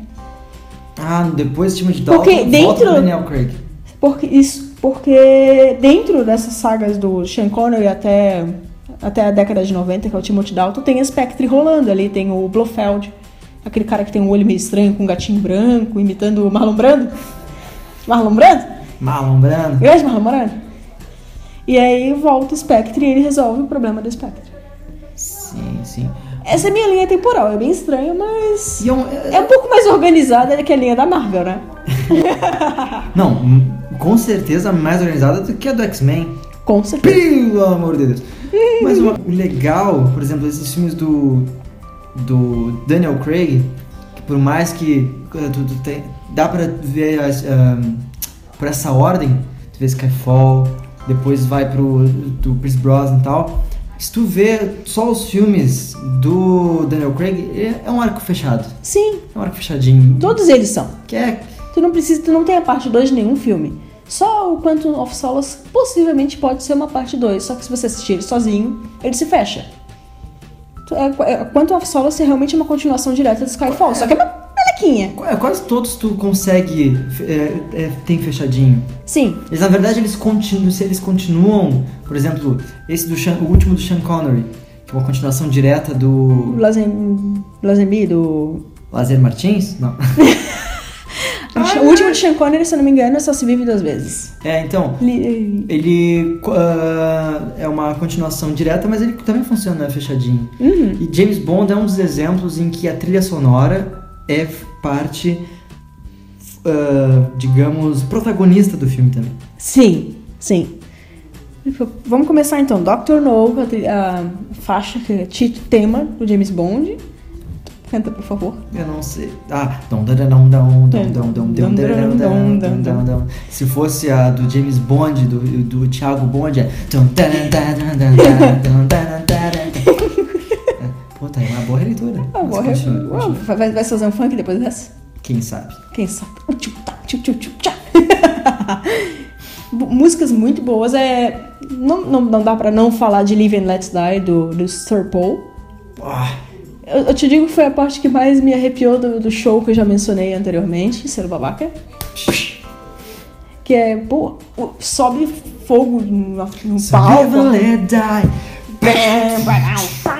Speaker 1: Ah, depois o time de Dalton
Speaker 2: Porque
Speaker 1: volta
Speaker 2: dentro-
Speaker 1: com o Daniel Craig.
Speaker 2: Porque isso, porque dentro dessas sagas do Sean Connery até, até a década de 90, que é o Timothy Dalton, tem a Spectre rolando ali, tem o Blofeld, aquele cara que tem um olho meio estranho com um gatinho branco, imitando o Marlon Brando. (laughs) Marlon Brando?
Speaker 1: Marlon Brando.
Speaker 2: Grande Marlon Brando. E aí volta o Spectre e ele resolve o problema do Spectre.
Speaker 1: Sim, sim.
Speaker 2: Essa é a minha linha temporal, é bem estranha, mas
Speaker 1: E é um-
Speaker 2: é um pouco mais organizada do que a linha da Marvel, né?
Speaker 1: Não, hum, com certeza mais organizada do que a do X-Men.
Speaker 2: Com certeza.
Speaker 1: Pelo amor de Deus. Mas uma- o legal, por exemplo, esses filmes do, do Daniel Craig, que por mais que eh, tu, tu tem- dá pra ver as, ahm, por essa ordem, tu vê Skyfall, depois vai pro do Chris Brosnan e tal. Se tu vê só os filmes do Daniel Craig, é- é um arco fechado.
Speaker 2: Sim,
Speaker 1: É um arco fechadinho.
Speaker 2: todos eles são.
Speaker 1: Que é
Speaker 2: Tu não precisa, tu não tem a parte 2 de nenhum filme. Só o Quantum of Solace possivelmente pode ser uma parte 2, só que se você assistir ele sozinho, ele se fecha. Tu- É, é, Quantum of Solace é realmente uma continuação direta do Skyfall, só que é uma melequinha.
Speaker 1: Qu- é Quase todos tu consegue. é, é, tem fechadinho.
Speaker 2: Sim,
Speaker 1: Eles, na verdade, eles continuam. Se eles continuam, por exemplo, esse do Sean- o último do Sean Connery, que é uma continuação direta
Speaker 2: o
Speaker 1: do
Speaker 2: Lazen- Lazenby do...
Speaker 1: Lazer Martins? Não. (laughs) Ah,
Speaker 2: o último
Speaker 1: né?
Speaker 2: de Sean Connery, se eu não me engano, é Só Se Vive Duas Vezes.
Speaker 1: É, então.
Speaker 2: Li-
Speaker 1: Ele co- ah, é uma continuação direta, mas ele também funciona fechadinho.
Speaker 2: Uhum.
Speaker 1: E James Bond é um dos exemplos em que a trilha sonora é f- parte, ah, digamos, protagonista do filme também.
Speaker 2: Sim, sim. Vamos começar então. Dr. No, a tri- a, faixa que é tit- tema do James Bond. Canta, por favor.
Speaker 1: Eu não sei. Ah, dom dom dom dom dom dom dom dom dom dom dom dom dom. Se fosse a do James Bond, do, do Thiago Bond, é. dom, dom, dom, dom, dom, dom, dom, dom, dom, dom. Pô, tá aí uma boa releitura.
Speaker 2: Ah,
Speaker 1: Mas
Speaker 2: vou re-
Speaker 1: continua,
Speaker 2: Uau,
Speaker 1: continua.
Speaker 2: vai, vai fazer um funk depois dessa?
Speaker 1: Quem sabe?
Speaker 2: Quem sabe? Tchum, tá, tchum, tchum, tchum, tchá. (laughs) Bu- Músicas muito boas. É... Não, não, não dá pra não falar de Live and Let's Die do, do Sir Paul.
Speaker 1: Ah,
Speaker 2: Eu, eu te digo que foi a parte que mais me arrepiou do, do show que eu já mencionei anteriormente, Ser Babaca. Que é, pô, o- sobe fogo no, no
Speaker 1: so never
Speaker 2: um palco.
Speaker 1: let die.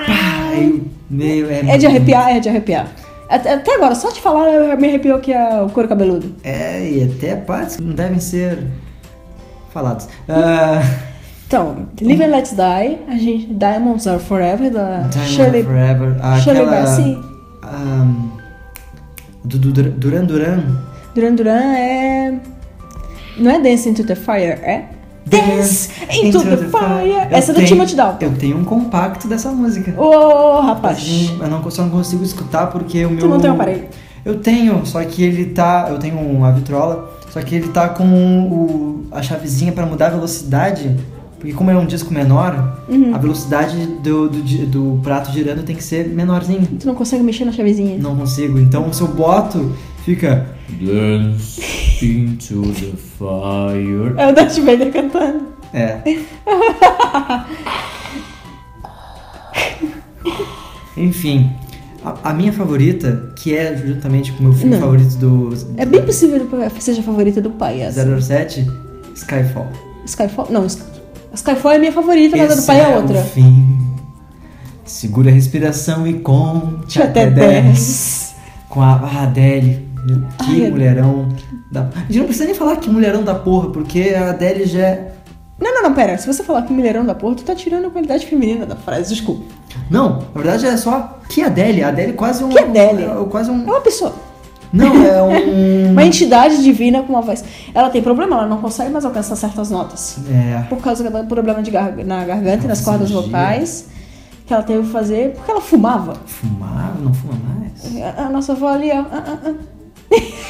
Speaker 1: Ai, Meu, é,
Speaker 2: É de arrepiar, é de arrepiar. Até, até agora, só te falar, eu- me arrepiou aqui a- o couro cabeludo.
Speaker 1: É, e até partes que não devem ser faladas. Ah,
Speaker 2: Então, Live and Let's Die, a gente, Diamonds Are Forever, da
Speaker 1: Diamond
Speaker 2: Shirley,
Speaker 1: Forever. ah,
Speaker 2: Shirley
Speaker 1: aquela,
Speaker 2: Bassey.
Speaker 1: ahm, do, do Dur- Duran Duran.
Speaker 2: Duran Duran é... Não é Dance Into the Fire, é... Dance Into, the, Fire!
Speaker 1: Eu
Speaker 2: Essa é do
Speaker 1: tenho-
Speaker 2: Timothy Dalton.
Speaker 1: Eu tenho um compacto dessa música.
Speaker 2: Ô, rapaz.
Speaker 1: Assim, eu não, só não consigo escutar porque o meu.
Speaker 2: não tem um aparelho?
Speaker 1: Eu tenho, só que ele tá. Eu tenho uma vitrola, só que ele tá com o, a chavezinha pra mudar a velocidade. Porque como é um disco menor,
Speaker 2: Uhum.
Speaker 1: a velocidade do, do, di- do prato girando tem que ser menorzinho.
Speaker 2: Tu não consegue mexer na chavezinha.
Speaker 1: Não consigo. Então se eu boto, fica.
Speaker 3: Dance into the fire.
Speaker 2: É o Darth Vader cantando.
Speaker 1: É. (laughs) Enfim, a, a minha favorita, que é juntamente com o meu filme
Speaker 2: Não.
Speaker 1: favorito do
Speaker 2: É bem possível que seja a favorita do pai, essa.
Speaker 1: 007, Skyfall.
Speaker 2: Skyfall... Não, Sky- Skyfall é a minha favorita, mas a do
Speaker 1: Esse
Speaker 2: pai é
Speaker 1: o
Speaker 2: outra.
Speaker 1: fim. Segura a respiração e conte
Speaker 2: Até
Speaker 1: até 10.
Speaker 2: dez.
Speaker 1: com a ah, Adele. Que
Speaker 2: Ai,
Speaker 1: mulherão da. A gente não precisa nem falar que mulherão da porra, porque a Adele já é.
Speaker 2: Não, não, não, pera. Se você falar que mulherão da porra, tu tá tirando a qualidade feminina da frase, desculpa.
Speaker 1: Não, na verdade é só que Adele. A Adele é quase um.
Speaker 2: Que Adele?
Speaker 1: É quase um.
Speaker 2: É uma pessoa,
Speaker 1: Não, é
Speaker 2: (laughs)
Speaker 1: um.
Speaker 2: uma entidade divina com uma voz. Ela tem problema, ela não consegue mais alcançar certas notas.
Speaker 1: É.
Speaker 2: Por causa do problema de gar- na garganta e nas cordas
Speaker 1: Cirurgia.
Speaker 2: vocais, que ela teve que fazer porque ela fumava.
Speaker 1: Fumar, não fuma mais.
Speaker 2: A a nossa avó ali, ó. ah, ah, ah.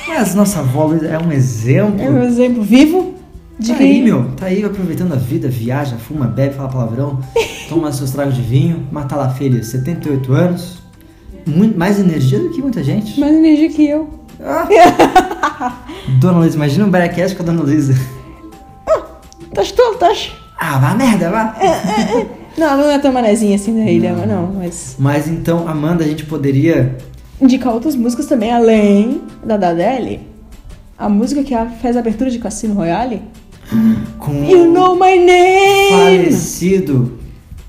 Speaker 1: Mas nossa avó Luísa é um exemplo.
Speaker 2: É um exemplo vivo de
Speaker 1: Tá
Speaker 2: que.
Speaker 1: aí, meu, tá aí aproveitando a vida, viaja, fuma, bebe, fala palavrão, toma seus tragos de vinho, mata lá filha, 78 anos, muito mais energia do que muita gente. Ah.
Speaker 2: Mais energia que eu. (laughs)
Speaker 1: Dona Luísa, imagina um Bearcast com a Dona Luísa.
Speaker 2: Tás tolo, tás.
Speaker 1: Ah, vá merda, vá.
Speaker 2: tá É. Não, ela não é tão manezinha assim da ilha, mas não, mas.
Speaker 1: Mas então, Amanda, a gente poderia.
Speaker 2: Indicar outras músicas também, além da da Adele. A música que a- fez a abertura de Cassino Royale.
Speaker 1: Com
Speaker 2: You know my
Speaker 1: o
Speaker 2: name!
Speaker 1: falecido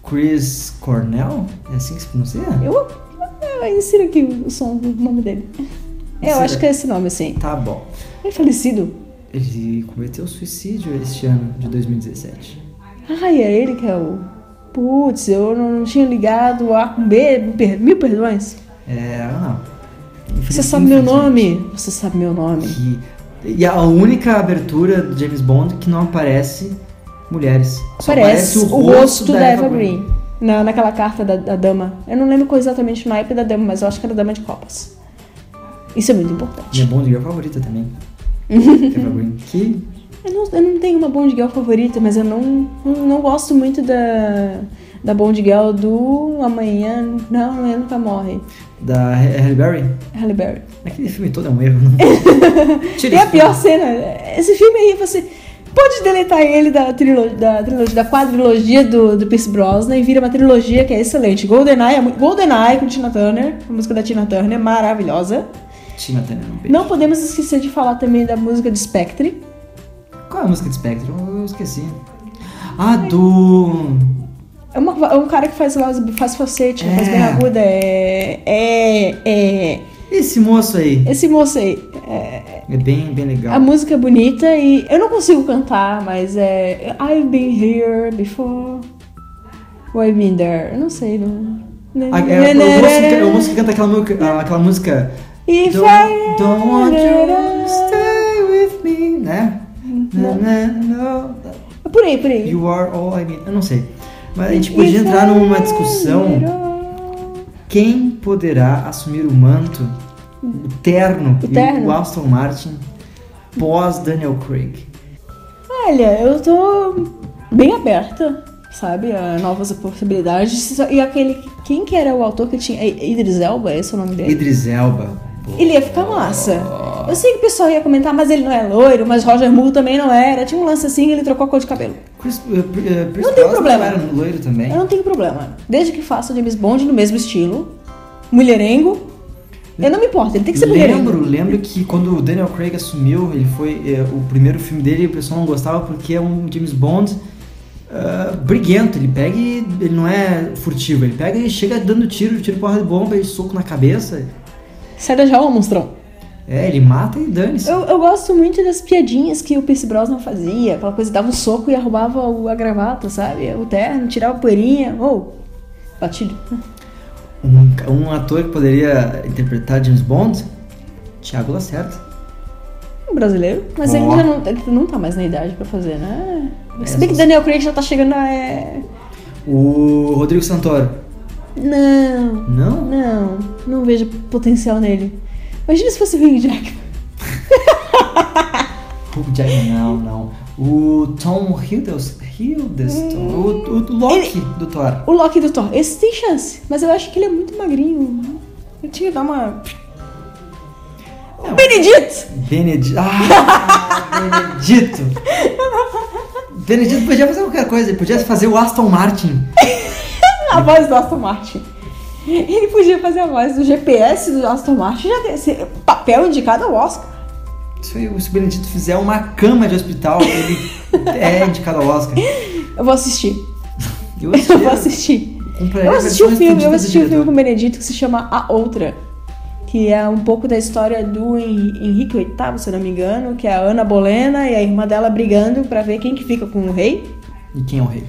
Speaker 1: Chris Cornell? É assim que se pronuncia?
Speaker 2: Eu, eu insiro aqui o som do nome dele. É, Eu
Speaker 1: Insira.
Speaker 2: acho que é esse nome, assim.
Speaker 1: Tá bom.
Speaker 2: Ele é falecido.
Speaker 1: Ele cometeu suicídio este ano de 2017.
Speaker 2: Ai, é ele que é o. Putz, eu não tinha ligado o A com B, me per- mil perdões.
Speaker 1: É, não.
Speaker 2: Você sabe meu
Speaker 1: Infelizmente.
Speaker 2: nome? Você sabe meu nome.
Speaker 1: Que- e a única abertura do James Bond que não aparece mulheres. Só
Speaker 2: Parece o rosto da Eva Green. Na, naquela carta da, da dama. Eu não lembro qual exatamente o naipe da dama, mas eu acho que era dama de copas. Isso é muito importante.
Speaker 1: Minha Bond Girl favorita
Speaker 2: (laughs)
Speaker 1: também. Eva Green. Que
Speaker 2: Eu não, eu não tenho uma Bond Girl favorita, mas eu não, não, não gosto muito da, da Bond Girl do Amanhã. Não, Amanhã Nunca Morre.
Speaker 1: da Harry Berry.
Speaker 2: Halle Berry.
Speaker 1: Aquele filme todo é um
Speaker 2: (laughs)
Speaker 1: erro. né? Tira
Speaker 2: E É a
Speaker 1: esse
Speaker 2: pior cena, esse filme aí, você pode deletar ele da trilogia, da, trilogia, da quadrilogia do, do Pierce Brosnan e vira uma trilogia que é excelente. GoldenEye, é muito- GoldenEye com Tina Turner, a música da Tina Turner, é maravilhosa.
Speaker 1: filme. Tina Turner, um beijo.
Speaker 2: Não podemos esquecer de falar também da música de Spectre.
Speaker 1: Qual é a música de Spectrum? Eu esqueci. Ah, do.
Speaker 2: É, uma- é um cara que faz, lá os- faz facete,
Speaker 1: É.
Speaker 2: faz bem aguda, é, é, é.
Speaker 1: Esse moço aí.
Speaker 2: Esse moço aí, é,
Speaker 1: É bem, bem
Speaker 2: a
Speaker 1: legal.
Speaker 2: música é bonita e eu não consigo cantar, mas é I've been here before, or I've been there, eu não sei, não.
Speaker 1: Ah, é, o moço que- é o moço que canta aquela, mu- ah, aquela música.
Speaker 2: If
Speaker 1: Don't,
Speaker 2: I-
Speaker 1: don't want you to stay with me, né? Na, na, na,
Speaker 2: Por aí, por aí.
Speaker 1: You are all I need. Eu não sei. Mas a gente podia entrar numa discussão. Quem poderá assumir o manto, o terno,
Speaker 2: O
Speaker 1: e
Speaker 2: terno?
Speaker 1: o Aston Martin pós Daniel Craig?
Speaker 2: Olha, eu tô bem aberta, sabe, a novas possibilidades. E aquele, quem que era o autor que tinha, Idris Elba, esse é o nome dele?
Speaker 1: Idris Elba. Pô.
Speaker 2: Ele ia ficar massa. Eu sei que o pessoal ia comentar, mas ele não é loiro, mas Roger Moore também não era. Tinha um lance assim, ele trocou a cor de cabelo.
Speaker 1: Chris, eh, Pri- eh, Chris
Speaker 2: Não tem
Speaker 1: Brosnan
Speaker 2: problema. Ah,
Speaker 1: Era um loiro também.
Speaker 2: Eu não tenho problema. Desde que faça o James Bond no mesmo estilo, mulherengo, eu não me importo, ele tem que ser
Speaker 1: Lembro,
Speaker 2: mulherengo.
Speaker 1: lembro que quando o Daniel Craig assumiu, ele foi eh, o primeiro filme dele, o pessoal não gostava porque é um James Bond ah, briguento, ele pega e ele não é furtivo, ele pega e chega dando tiro, tiro porra de bomba e soco na cabeça.
Speaker 2: Sai da jaula, monstrão.
Speaker 1: É, ele mata e dane-se.
Speaker 2: Eu, eu gosto muito das piadinhas que o Pierce Brosnan fazia. Aquela coisa, dava um soco e arrumava o- a gravata, sabe? O terno, tirava a poeirinha. Ou, batido.
Speaker 1: Um, ca- um ator que poderia interpretar James Bond, Thiago Lacerda.
Speaker 2: Um brasileiro. Mas ele
Speaker 1: Ó. É,
Speaker 2: já não, ele não tá mais na idade pra fazer, né? Se bem que
Speaker 1: Essas-
Speaker 2: Daniel Craig já tá chegando a... é,
Speaker 1: O Rodrigo Santoro.
Speaker 2: Não,
Speaker 1: Não?
Speaker 2: não, não vejo potencial nele. Imagina se fosse o Hugh Jackman.
Speaker 1: Hugh Jackman, não, não. O Tom Hiddleston, Hiddleston o, o Loki do Thor.
Speaker 2: O Loki do Thor, esse tem chance, mas eu acho que ele é muito magrinho. Eu tinha que dar uma. O Benedito!
Speaker 1: Benedito. Ah, Benedito. Benedito podia fazer qualquer coisa, ele podia fazer o Aston Martin.
Speaker 2: A voz do Aston Martin. Ele podia fazer a voz do GPS do Aston Martin, já tem esse papel indicado ao Oscar.
Speaker 1: Se o se o Benedito fizer uma cama de hospital, ele é indicado ao Oscar.
Speaker 2: Eu vou assistir,
Speaker 1: Eu
Speaker 2: eu vou assistir.
Speaker 1: compraria
Speaker 2: Eu assisti o
Speaker 1: versões
Speaker 2: filme, eu
Speaker 1: estendidas
Speaker 2: assisti
Speaker 1: do
Speaker 2: um filme com
Speaker 1: diretor.
Speaker 2: o Benedito que se chama A Outra. que é um pouco da história do Hen- Henrique VIII, se eu não me engano, que é a Ana Bolena e a irmã dela brigando pra ver quem que fica com o rei.
Speaker 1: E quem é o rei?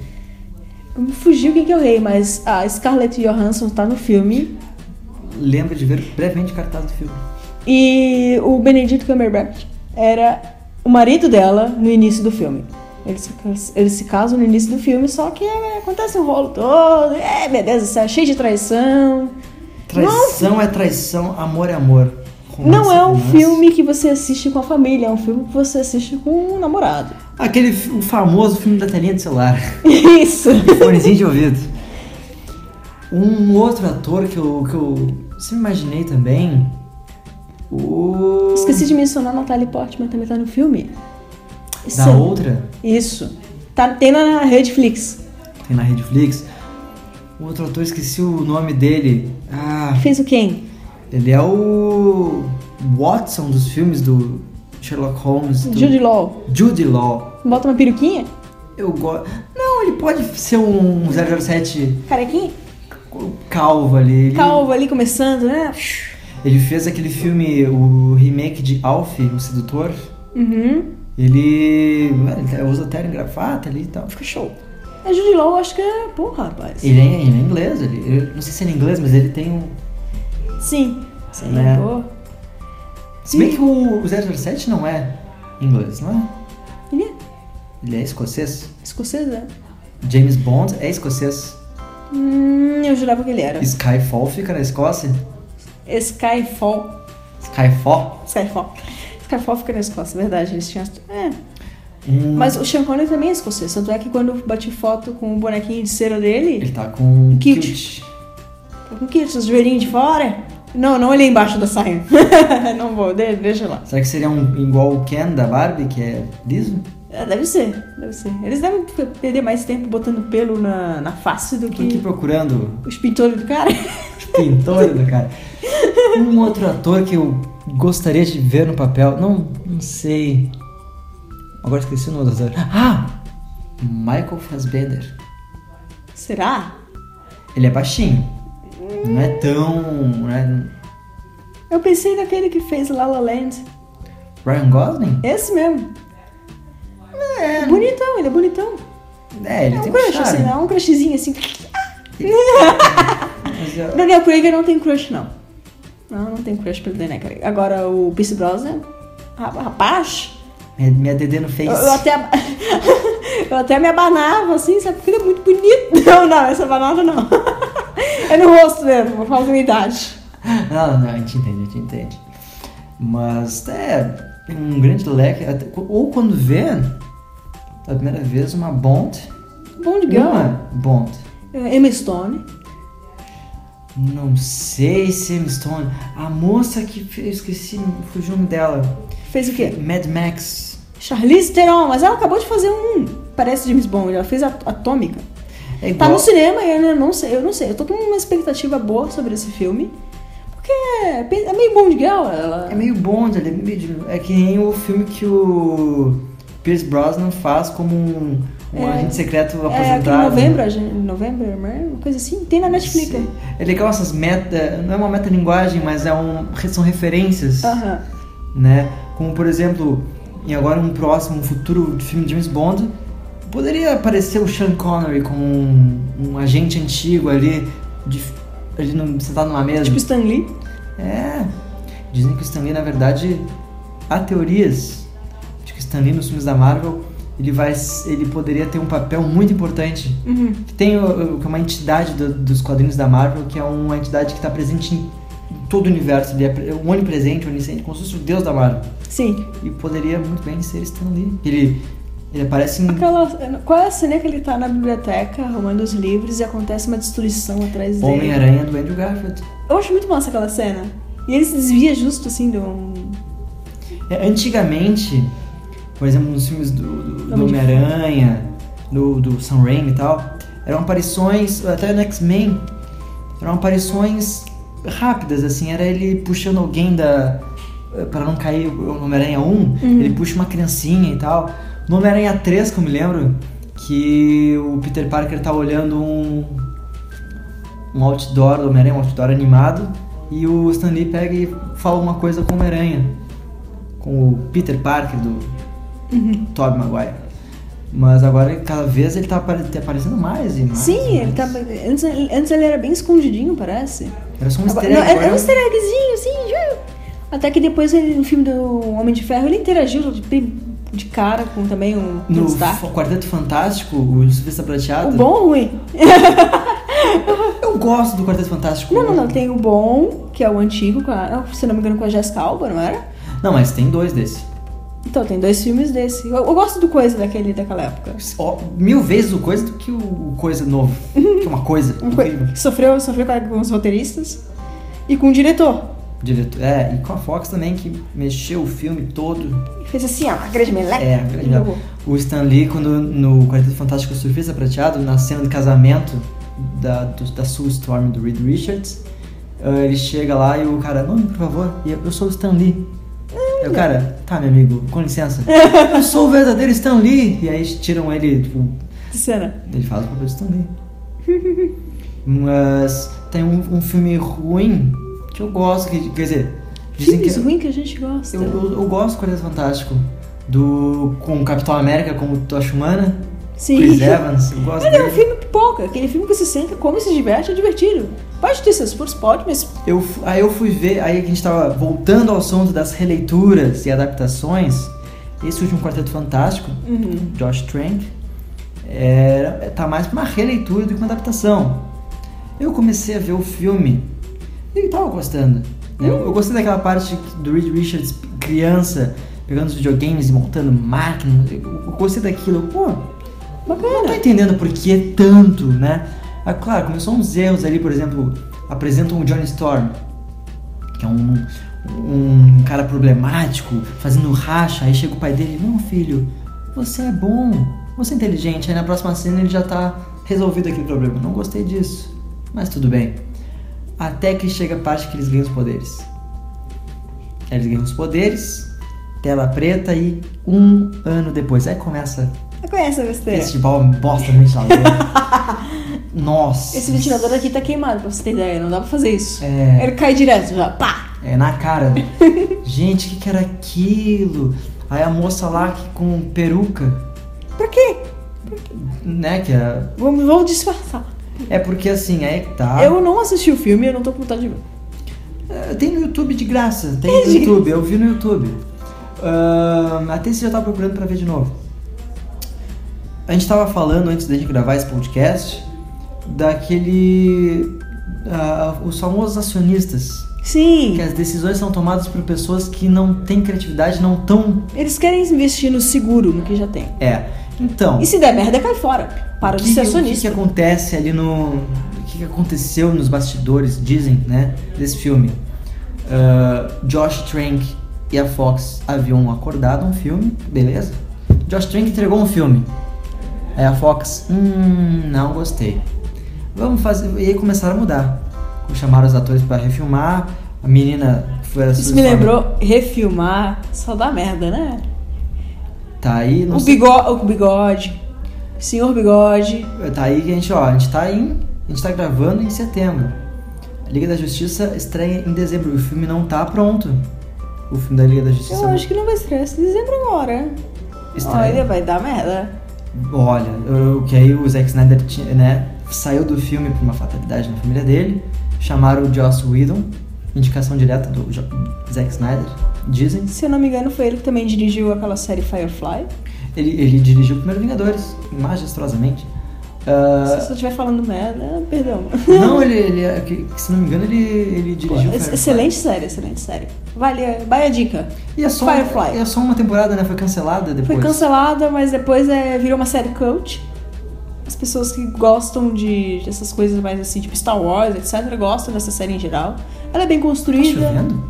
Speaker 2: Me Fugiu quem que é o rei, mas a Scarlett Johansson tá no filme
Speaker 1: Lembra de ver brevemente o cartaz do filme.
Speaker 2: e o Benedito Cumberbatch era o marido dela no início do filme. Eles se, cas- eles se casam no início do filme, só que é, acontece um rolo todo. É, meu Deus do céu, cheio de traição.
Speaker 1: Traição é traição, amor é amor. romance
Speaker 2: Não é um
Speaker 1: romance.
Speaker 2: filme que você assiste com a família, é um filme que você assiste com um namorado. (laughs)
Speaker 1: Aquele fi- o famoso filme da telinha de celular.
Speaker 2: Isso.
Speaker 1: Fonezinho de ouvido. Um outro ator que eu, que eu sempre imaginei também. O.
Speaker 2: Esqueci de mencionar a Natalie Portman também tá no filme. Isso.
Speaker 1: Da outra,
Speaker 2: Isso. Tá, tem na Redflix.
Speaker 1: tem na Redflix. O outro ator, esqueci o nome dele. Ah,
Speaker 2: Fez o quem?
Speaker 1: ele é o. Watson dos filmes do Sherlock Holmes. Do
Speaker 2: Jude Law.
Speaker 1: Jude Law.
Speaker 2: Bota uma peruquinha?
Speaker 1: Eu gosto. Não, ele pode ser um 007
Speaker 2: Carequinha?
Speaker 1: calvo ali. Ele,
Speaker 2: Calvo ali começando, né?
Speaker 1: ele fez aquele filme, o remake de Alf, O Sedutor.
Speaker 2: Uhum.
Speaker 1: Ele, ele usa terno e gravata ali e tal.
Speaker 2: Fica show. A Jude Law, eu acho que é. Porra, rapaz.
Speaker 1: Ele é, ele é inglês, ele, ele- não sei se ele é inglês, mas ele tem um.
Speaker 2: Sim. Sim, é
Speaker 1: Né?
Speaker 2: pô.
Speaker 1: Se bem que o, o 007 não é inglês, não é?
Speaker 2: Ele é
Speaker 1: Ele é escocês.
Speaker 2: escocês, né?
Speaker 1: James Bond é escocês.
Speaker 2: Hum, eu jurava que ele era.
Speaker 1: Skyfall fica na Escócia.
Speaker 2: Skyfall.
Speaker 1: Skyfall.
Speaker 2: Skyfall. Skyfall fica na Escócia, é verdade. Eles tinham. É.
Speaker 1: Hum,
Speaker 2: Mas o Sean Connery também é escocês. Tanto é que quando eu bati foto com o bonequinho de cera dele,
Speaker 1: Ele tá com um
Speaker 2: Kilt.
Speaker 1: kilt.
Speaker 2: tá com que isso, os joelhinhos de fora? Não, não olhei embaixo da saia. (laughs) não vou, de- deixa lá.
Speaker 1: Será que seria um igual o Ken da Barbie, que é liso?
Speaker 2: É, Deve ser, deve ser. Eles devem p- perder mais tempo botando pelo na, na face do
Speaker 1: Tô aqui
Speaker 2: que
Speaker 1: procurando
Speaker 2: os pintores do cara. (laughs)
Speaker 1: Pintor do cara. Um outro ator que eu gostaria de ver no papel, não, não sei. Agora esqueci o nome do ator. Ah! Michael Fassbender.
Speaker 2: Será?
Speaker 1: Ele é baixinho. Não é tão. Não é...
Speaker 2: Eu pensei naquele que fez La La Land.
Speaker 1: Ryan Gosling?
Speaker 2: Esse mesmo. É. Bonitão, ele é bonitão.
Speaker 1: É, ele
Speaker 2: É um
Speaker 1: tem
Speaker 2: crush,
Speaker 1: um charme.
Speaker 2: assim, não? Um crushzinho assim.
Speaker 1: Mas eu-
Speaker 2: Daniel Craig eu não tem crush, não. Não, não tem crush pelo Daniel Craig. Agora o Pierce Brosnan, ra- rapaz,
Speaker 1: Minha, minha DD no
Speaker 2: eu,
Speaker 1: Face. (laughs)
Speaker 2: eu até ab- (laughs) eu até me abanava assim, sabe? Porque ele é muito bonito. (laughs) Não, não, essa abanava não. (laughs) É no rosto mesmo, por falta de idade.
Speaker 1: Ah, Não, não, a gente entende, a gente entende. Mas é tem um grande leque. até- Ou quando vê, pela primeira vez, uma Bond.
Speaker 2: Bom de
Speaker 1: Uma
Speaker 2: gama.
Speaker 1: Bond.
Speaker 2: É, Emma Stone.
Speaker 1: Não sei se é Emma Stone. A moça que fez, eu esqueci, fugiu o nome dela.
Speaker 2: Fez o quê?
Speaker 1: Mad Max.
Speaker 2: Charlize Theron, mas ela acabou de fazer um. Parece James Bond, ela fez a Atômica.
Speaker 1: É
Speaker 2: Tá
Speaker 1: igual.
Speaker 2: no cinema e eu não sei, eu não sei. Eu tô com uma expectativa boa sobre esse filme. Porque é é meio bom de girl, ela.
Speaker 1: É meio Bond, ele é meio de- é que nem o filme que o Pierce Brosnan faz como um, um
Speaker 2: É.
Speaker 1: agente secreto
Speaker 2: É, aqui em
Speaker 1: aposentado.
Speaker 2: novembro, a gente- novembro, né? uma coisa assim, tem na Netflix.
Speaker 1: Sim. É legal essas meta, não é uma metalinguagem, mas é um, são referências,
Speaker 2: Aham.
Speaker 1: né? Como por exemplo, em agora um próximo, um futuro filme de James Bond, poderia aparecer o Sean Connery como um, um agente antigo ali, de, ali no, sentado numa mesa.
Speaker 2: Tipo Stan Lee.
Speaker 1: É. Dizem que o Stan Lee, na verdade, há teorias de que o Stan Lee nos filmes da Marvel ele vai, s- ele poderia ter um papel muito importante.
Speaker 2: Uhum.
Speaker 1: Que Tem o- o- que é uma entidade do- dos quadrinhos da Marvel que é uma entidade que está presente em todo o universo. Ele é pre- é onipresente, onisciente, como se fosse o deus da Marvel.
Speaker 2: Sim.
Speaker 1: E poderia muito bem ser Stan Lee. Ele, ele aparece em
Speaker 2: Aquela, qual é a cena que ele tá na biblioteca arrumando os livros e acontece uma destruição atrás dele?
Speaker 1: Homem-Aranha do Andrew Garfield.
Speaker 2: Eu acho muito massa aquela cena. E ele se desvia justo assim de um.
Speaker 1: É, antigamente, por exemplo, nos filmes do, do- do
Speaker 2: Homem de
Speaker 1: Homem-Aranha, do, do Sam Raimi e tal, eram aparições, até no X-Men, eram aparições rápidas, assim, era ele puxando alguém da. Pra não cair o Homem-Aranha 1,
Speaker 2: Uhum.
Speaker 1: ele puxa uma criancinha e tal. No Homem-Aranha 3, que eu me lembro, que o Peter Parker tá olhando um. um outdoor do Homem-Aranha, um outdoor animado, E o Stan Lee pega e fala uma coisa com o Homem-Aranha. Com o Peter Parker do
Speaker 2: Uhum.
Speaker 1: Tobey Maguire. Mas agora, cada vez, ele tá apare- tá aparecendo mais e mais. e
Speaker 2: Sim,
Speaker 1: mais.
Speaker 2: ele tá. Antes, ele- antes ele era bem escondidinho, parece.
Speaker 1: Era só um
Speaker 2: Agora-
Speaker 1: easter egg.
Speaker 2: não, era,
Speaker 1: agora
Speaker 2: era um easter eggzinho, assim. ju. Até que depois ele, no filme do Homem de Ferro ele interagiu de, pri- de cara com também o Tony
Speaker 1: No
Speaker 2: Stark.
Speaker 1: F- Quarteto Fantástico, o Silvestre Prateado.
Speaker 2: O tá. bom ou o ruim?
Speaker 1: Eu gosto do Quarteto Fantástico.
Speaker 2: Não, não, não. Tem o bom, que é o antigo, com a, se eu não me engano, com a Jessica Alba, não era?
Speaker 1: Não, mas tem dois desse.
Speaker 2: Então, tem dois filmes desse. Eu, eu gosto do coisa daquele, daquela época.
Speaker 1: Ó, mil vezes o coisa do que o Coisa Novo. Que é uma coisa.
Speaker 2: Um coi-
Speaker 1: incrível.
Speaker 2: Sofreu, sofreu com- com os roteiristas e com o diretor.
Speaker 1: Diretor. É, e com a Fox também, que mexeu o filme todo.
Speaker 2: Fez assim, ó, a grande meleca.
Speaker 1: É, grande merda. O Stan Lee, quando no Quarteto Fantástico Surfista Prateado, na cena de casamento da, do- da Sue Storm do Reed Richards, ah, ele chega lá e o cara, nome, por favor, e eu, eu sou o Stan Lee. Aí o cara, tá, meu amigo, com licença. eu sou o verdadeiro Stan Lee. E aí tiram ele, tipo,
Speaker 2: De cena.
Speaker 1: ele faz o papel de Stan Lee. Mas tem um, um filme ruim que eu gosto, que, quer dizer, dizem
Speaker 2: Filmes
Speaker 1: que. é
Speaker 2: ruins que a gente gosta.
Speaker 1: Eu, eu, eu gosto do Quarteto Fantástico. Do, com o Capitão América como Tocha Humana.
Speaker 2: Sim.
Speaker 1: Chris Evans, eu gosto
Speaker 2: Ele é um
Speaker 1: dele.
Speaker 2: filme pipoca, aquele filme que você senta, come, se diverte, é divertido. Pode ter seus furos, pode, mas
Speaker 1: Eu, fu- aí eu fui ver, aí que a gente tava voltando ao assunto das releituras e adaptações. Esse último Quarteto Fantástico, Josh Trank, era, tá mais pra uma releitura do que uma adaptação. Eu comecei a ver o filme e eu tava gostando. né? Eu, eu gostei daquela parte do Reed Richards criança, pegando os videogames e montando máquinas. Eu, eu gostei daquilo, pô. Eu não tô
Speaker 2: bacana.
Speaker 1: entendendo por que é tanto, né? Ah, claro, começou uns erros ali, por exemplo, apresentam o Johnny Storm, que é um, um cara problemático, fazendo racha, aí chega o pai dele, não filho, você é bom, você é inteligente, aí na próxima cena ele já tá resolvido aquele problema. Não gostei disso, mas tudo bem. Até que chega a parte que eles ganham os poderes. Aí Eles ganham os poderes, tela preta e um ano depois. Aí começa
Speaker 2: Conhece a besteira.
Speaker 1: esse futebol é uma bosta no ventilador.
Speaker 2: (laughs)
Speaker 1: Nossa.
Speaker 2: Esse ventilador aqui tá queimado, pra você ter ideia, não dá pra fazer isso.
Speaker 1: É.
Speaker 2: Ele cai direto já, pá!
Speaker 1: É na
Speaker 2: (laughs)
Speaker 1: cara. Gente, o que, que era aquilo? Aí a moça lá que, com peruca,
Speaker 2: Pra quê?
Speaker 1: né? Que é,
Speaker 2: Vamos, vamos disfarçar.
Speaker 1: é porque assim, aí que tá.
Speaker 2: Eu não assisti o filme, eu não tô com vontade de ver.
Speaker 1: É, Tem no YouTube de graça. Tem no YouTube, eu vi no YouTube. Ahn, até se já tava procurando pra ver de novo. A gente tava falando antes da gente gravar esse podcast daquele. ah, os famosos acionistas.
Speaker 2: Sim,
Speaker 1: que as decisões são tomadas por pessoas que não têm criatividade, não tão
Speaker 2: eles querem investir no seguro, no que já tem.
Speaker 1: é. Então,
Speaker 2: E se der merda, cai fora. Para
Speaker 1: o
Speaker 2: de
Speaker 1: que, é
Speaker 2: ser
Speaker 1: o que, que
Speaker 2: acionista.
Speaker 1: acontece ali no o que, que aconteceu nos bastidores, dizem, né, desse filme? Ah, Josh Trank e a Fox haviam acordado um filme, beleza? Josh Trank entregou um filme. Aí a Fox, hum, não gostei. Vamos fazer. E aí começaram a mudar. Chamaram os atores pra refilmar. A menina foi a
Speaker 2: Isso me lembrou refilmar, só dá merda, né?
Speaker 1: Tá aí, não
Speaker 2: O
Speaker 1: sei-
Speaker 2: bigode, o bigode, senhor bigode,
Speaker 1: Tá aí que a gente, ó, a gente tá em. A gente tá gravando em setembro. A Liga da Justiça estreia em dezembro. O filme não tá pronto. O filme da Liga da Justiça.
Speaker 2: eu acho que não vai estrear esse dezembro agora. Olha,
Speaker 1: estreia.
Speaker 2: vai dar merda.
Speaker 1: Olha, o que aí o Zack Snyder tinha, né? Saiu do filme por uma fatalidade na família dele. Chamaram o Joss Whedon, indicação direta do Jo- Zack Snyder, dizem.
Speaker 2: Se eu não me engano, foi ele que também dirigiu aquela série Firefly.
Speaker 1: Ele, ele dirigiu o primeiro Vingadores, majestrosamente. Ah,
Speaker 2: Se eu estiver falando merda, perdão.
Speaker 1: não, ele, ele é- que- que se não me engano, ele, ele dirigiu.
Speaker 2: Ex-
Speaker 1: Firefly.
Speaker 2: excelente série, excelente série. Vale, vai a dica.
Speaker 1: E é só,
Speaker 2: Firefly.
Speaker 1: é só uma temporada, né? Foi cancelada depois.
Speaker 2: Foi cancelada, mas depois é, virou uma série cult. As pessoas que gostam de dessas coisas mais assim, tipo Star Wars, etc., gostam dessa série em geral. Ela é bem
Speaker 1: Tá
Speaker 2: construída.
Speaker 1: chovendo?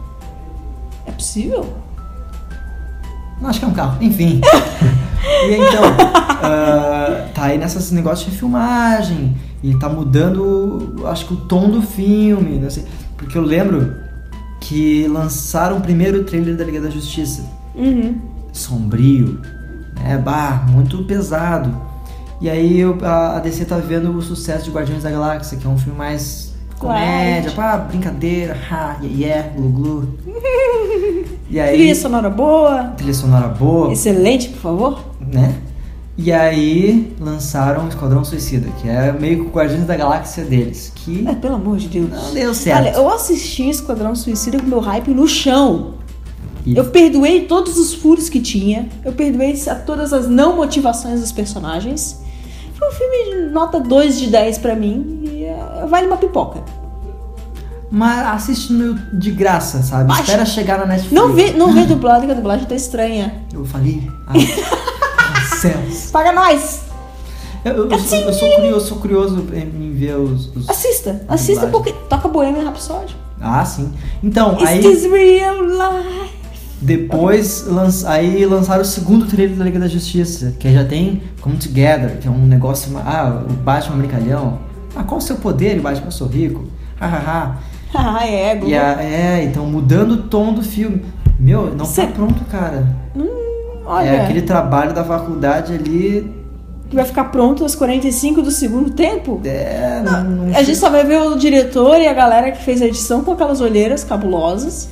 Speaker 2: é possível?
Speaker 1: Não, acho que é um carro.
Speaker 2: (laughs)
Speaker 1: Enfim. e então, ah, tá aí nesses negócios de filmagem. E tá mudando, acho que o tom do filme, não sei. Porque eu lembro que lançaram o primeiro trailer da Liga da Justiça.
Speaker 2: Uhum.
Speaker 1: sombrio, né? Bah, muito pesado. E aí eu- a, a DC tá vendo o sucesso de Guardiões da Galáxia, que é um filme mais Comédia, pá, brincadeira, ha, yeah, yeah, glu
Speaker 2: (laughs)
Speaker 1: glu. É, E aí,
Speaker 2: Trilha sonora boa.
Speaker 1: trilha sonora boa,
Speaker 2: Excelente, por favor.
Speaker 1: né? E aí lançaram o Esquadrão Suicida, que é meio que o Guardiões da Galáxia deles, que
Speaker 2: Ah, pelo amor de Deus.
Speaker 1: não deu certo.
Speaker 2: Olha, eu assisti Esquadrão Suicida com meu hype no chão.
Speaker 1: E-
Speaker 2: Eu perdoei todos os furos que tinha. Eu perdoei a todas as não motivações dos personagens. Foi um filme de nota 2 de 10 pra mim. E é, vale uma pipoca.
Speaker 1: Mas assiste no, de graça, sabe?
Speaker 2: Baixa.
Speaker 1: Espera chegar na Netflix.
Speaker 2: Não vê,
Speaker 1: (laughs)
Speaker 2: não vê dublado, que a dublagem tá estranha.
Speaker 1: Eu falei. ah, tá Ai,
Speaker 2: (laughs)
Speaker 1: ai, céus.
Speaker 2: Paga nós!
Speaker 1: Eu, eu-
Speaker 2: Assim,
Speaker 1: eu sou, eu sou curioso, sou curioso em em ver os. os-
Speaker 2: Assista, assista
Speaker 1: Dublagem.
Speaker 2: porque toca Bohemian Rhapsody.
Speaker 1: Ah, sim. Então,
Speaker 2: Is
Speaker 1: aí
Speaker 2: this real life? (laughs)
Speaker 1: depois lança- aí lançaram o segundo trailer da Liga da Justiça, que já tem Come Together, que é um negócio. ma- Ah, o Batman brincalhão. Ah, qual o seu poder, Batman? Eu sou rico. Hahaha.
Speaker 2: Ah, é, ego.
Speaker 1: E a, é, então mudando o tom do filme. Meu, não
Speaker 2: Cê-
Speaker 1: tá pronto, cara.
Speaker 2: Olha,
Speaker 1: É aquele trabalho da faculdade ali
Speaker 2: que vai ficar pronto aos 45 do segundo tempo?
Speaker 1: É, não, não-
Speaker 2: A gente só vai ver o diretor e a galera que fez a edição com aquelas olheiras cabulosas.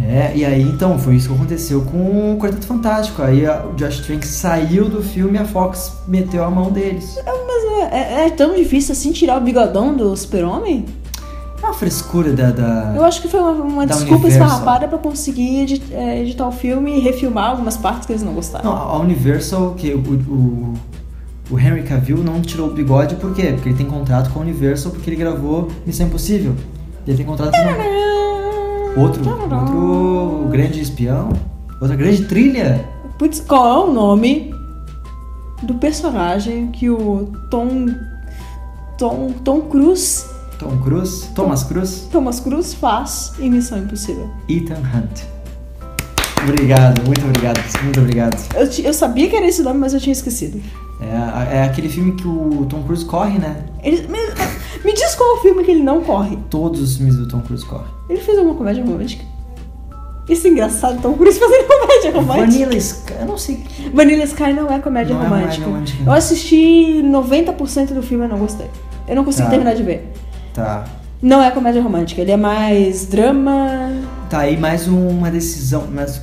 Speaker 1: É, e aí então foi isso que aconteceu com o Quarteto Fantástico. Aí a- o Josh Trank saiu do filme e a Fox meteu a mão deles.
Speaker 2: É, é- é tão difícil assim tirar o bigodão do super-homem?
Speaker 1: É a frescura da. da-
Speaker 2: Eu acho que foi uma, uma
Speaker 1: Da
Speaker 2: desculpa
Speaker 1: Universal.
Speaker 2: esfarrapada pra conseguir edi- é, editar o filme e refilmar algumas partes que eles não gostaram.
Speaker 1: Não, a Universal, que o, o, o Henry Cavill não tirou o bigode por quê? Porque ele tem contrato com a Universal porque ele gravou Missão Impossível. Ele tem contrato com outro, outro grande espião, outra grande trilha.
Speaker 2: Putz, qual é o nome do personagem que o Tom. Tom. Tom Cruise.
Speaker 1: Tom Cruise, Thomas Cruise.
Speaker 2: Thomas Cruise faz em Missão Impossível.
Speaker 1: Ethan Hunt. Obrigado, muito obrigado, muito obrigado.
Speaker 2: Eu, ti- eu sabia que era esse nome, mas eu tinha esquecido.
Speaker 1: É, é aquele filme que o Tom Cruise corre, né?
Speaker 2: Ele- me, me diz qual é o filme que ele não corre.
Speaker 1: Todos os filmes do Tom Cruise correm.
Speaker 2: Ele fez alguma comédia romântica? Isso é engraçado, Tom Cruise fazendo (laughs) comédia romântica.
Speaker 1: Vanilla Sky, eu não sei.
Speaker 2: Vanilla Sky não é comédia
Speaker 1: Não é comédia
Speaker 2: romântica.
Speaker 1: romântica.
Speaker 2: Eu assisti 90% do filme e não gostei. Eu não consegui
Speaker 1: Tá.
Speaker 2: terminar de ver.
Speaker 1: Tá.
Speaker 2: Não é comédia romântica, ele é mais drama.
Speaker 1: Tá aí mais uma decisão, mas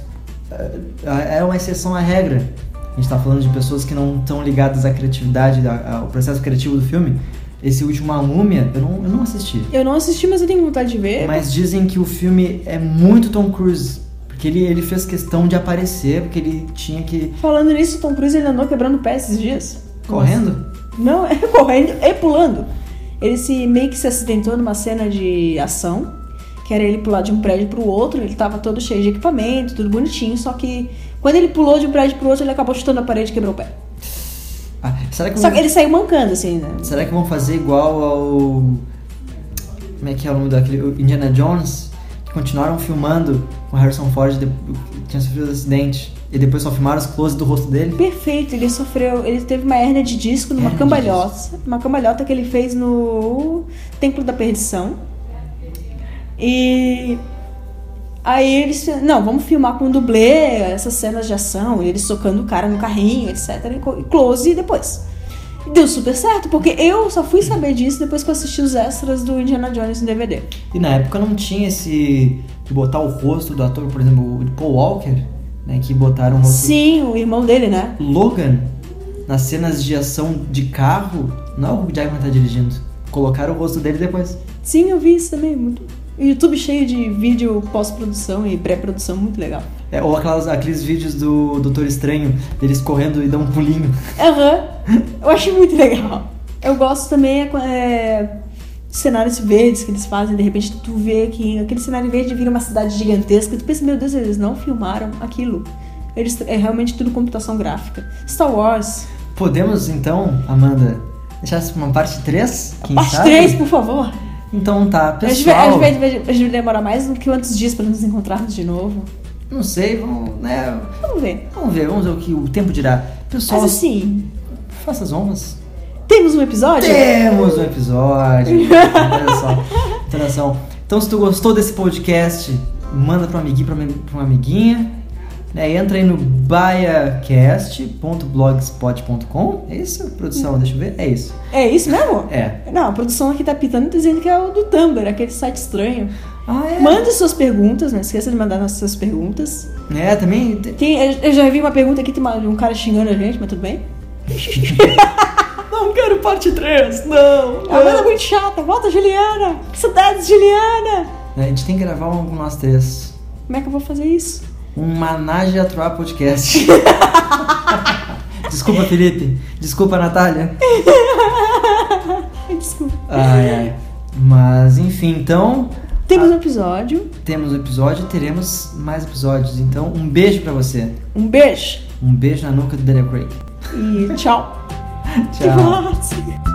Speaker 1: é é uma exceção à regra. A gente tá falando de pessoas que não estão ligadas à criatividade, a- ao processo criativo do filme. Esse último, A Múmia, eu não, eu não assisti.
Speaker 2: Eu não assisti, É, mas eu tenho vontade de ver.
Speaker 1: Mas dizem que o filme é muito Tom Cruise. Porque ele, ele fez questão de aparecer, porque ele tinha que.
Speaker 2: Falando nisso, Tom Cruise ele andou quebrando o pé esses dias.
Speaker 1: Correndo?
Speaker 2: Não, (laughs) é correndo e pulando. Ele se meio que se acidentou numa cena de ação, que era ele pular de um prédio pro outro, ele tava todo cheio de equipamento, tudo bonitinho, só que quando ele pulou de um prédio pro outro, ele acabou chutando a parede e quebrou o pé.
Speaker 1: Ah, será, que
Speaker 2: Só
Speaker 1: vão,
Speaker 2: que ele saiu mancando, assim, né?
Speaker 1: será que vão fazer igual ao. Como é que é o nome daquele. o Indiana Jones? Que continuaram filmando com Harrison Ford de- que tinha sofrido um acidente. E depois só filmaram os close do rosto dele.
Speaker 2: Perfeito, ele sofreu, ele teve uma hernia de disco numa
Speaker 1: Hérnia de
Speaker 2: cambalhota, uma cambalhota que ele fez no Templo da Perdição. E aí eles, não, vamos filmar com o dublê essas cenas de ação, ele socando o cara no carrinho, etc, e co- e close depois. E Deu super certo, porque eu só fui saber disso depois que eu assisti os extras do Indiana Jones no DVD.
Speaker 1: E na época não tinha esse. de botar o rosto do ator, por exemplo, o Paul Walker, né? Que botaram o rosto.
Speaker 2: Sim, o irmão dele, né?
Speaker 1: Logan, nas cenas de ação de carro, não é o Jackman tá dirigindo. Colocaram o rosto dele depois.
Speaker 2: Sim, eu vi isso também, muito. YouTube cheio de vídeo pós-produção e pré-produção, muito legal.
Speaker 1: É, ou aquelas- aqueles vídeos do Doutor Estranho, deles correndo e dão um pulinho.
Speaker 2: Aham. Eu achei muito legal. Eu gosto também é, é, cenários verdes que eles fazem. De repente tu vê que aquele cenário verde vira uma cidade gigantesca. Tu pensa, meu Deus, eles não filmaram aquilo. Eles, é realmente tudo computação gráfica. Star Wars.
Speaker 1: Podemos então, Amanda, deixar isso pra uma parte 3? Quem
Speaker 2: parte
Speaker 1: sabe?
Speaker 2: 3, por favor.
Speaker 1: Então tá,
Speaker 2: A gente, vai, a,
Speaker 1: pessoal.
Speaker 2: gente vai, vai- vai demorar mais do que quantos dias pra nos encontrarmos de novo.
Speaker 1: Não sei, vamos, né?
Speaker 2: Vamos ver.
Speaker 1: Vamos ver, vamos ver o que o tempo dirá. Pessoal,
Speaker 2: Mas assim,
Speaker 1: faça as honras.
Speaker 2: temos um episódio?
Speaker 1: Temos um episódio.
Speaker 2: (laughs)
Speaker 1: Olha só, um interação. Então, se tu gostou desse podcast, manda pra um amiguinho, pra uma pra uma amiguinha. Né? Entra aí no baiacast.blogspot.com. É isso,
Speaker 2: Hum.
Speaker 1: produção? Deixa eu ver. É isso.
Speaker 2: É isso mesmo?
Speaker 1: É.
Speaker 2: Não, a produção aqui tá pitando dizendo que é o do Tumblr, aquele site estranho.
Speaker 1: Ah, é?
Speaker 2: Mande suas perguntas, não esqueça de mandar nossas perguntas.
Speaker 1: É, também. te-
Speaker 2: Tem, eu- eu já vi uma pergunta aqui de uma- de um cara xingando a gente, mas tudo bem.
Speaker 1: Não quero parte 3, não!
Speaker 2: A Amanda é muito chata, volta Juliana! Que saudades, Juliana!
Speaker 1: A gente tem que gravar um com nós três.
Speaker 2: Como é que eu vou fazer isso?
Speaker 1: Um Manage a Troar (laughs) podcast. Desculpa, Felipe. Desculpa, Natália.
Speaker 2: Ai, desculpa.
Speaker 1: Ai, ai. Mas, enfim, então,
Speaker 2: Temos um episódio.
Speaker 1: temos o episódio e teremos mais episódios. Então, um beijo pra você.
Speaker 2: Um beijo
Speaker 1: Um beijo na nuca do Daniel Craig.
Speaker 2: e tchau.
Speaker 1: Tchau.
Speaker 2: Nossa.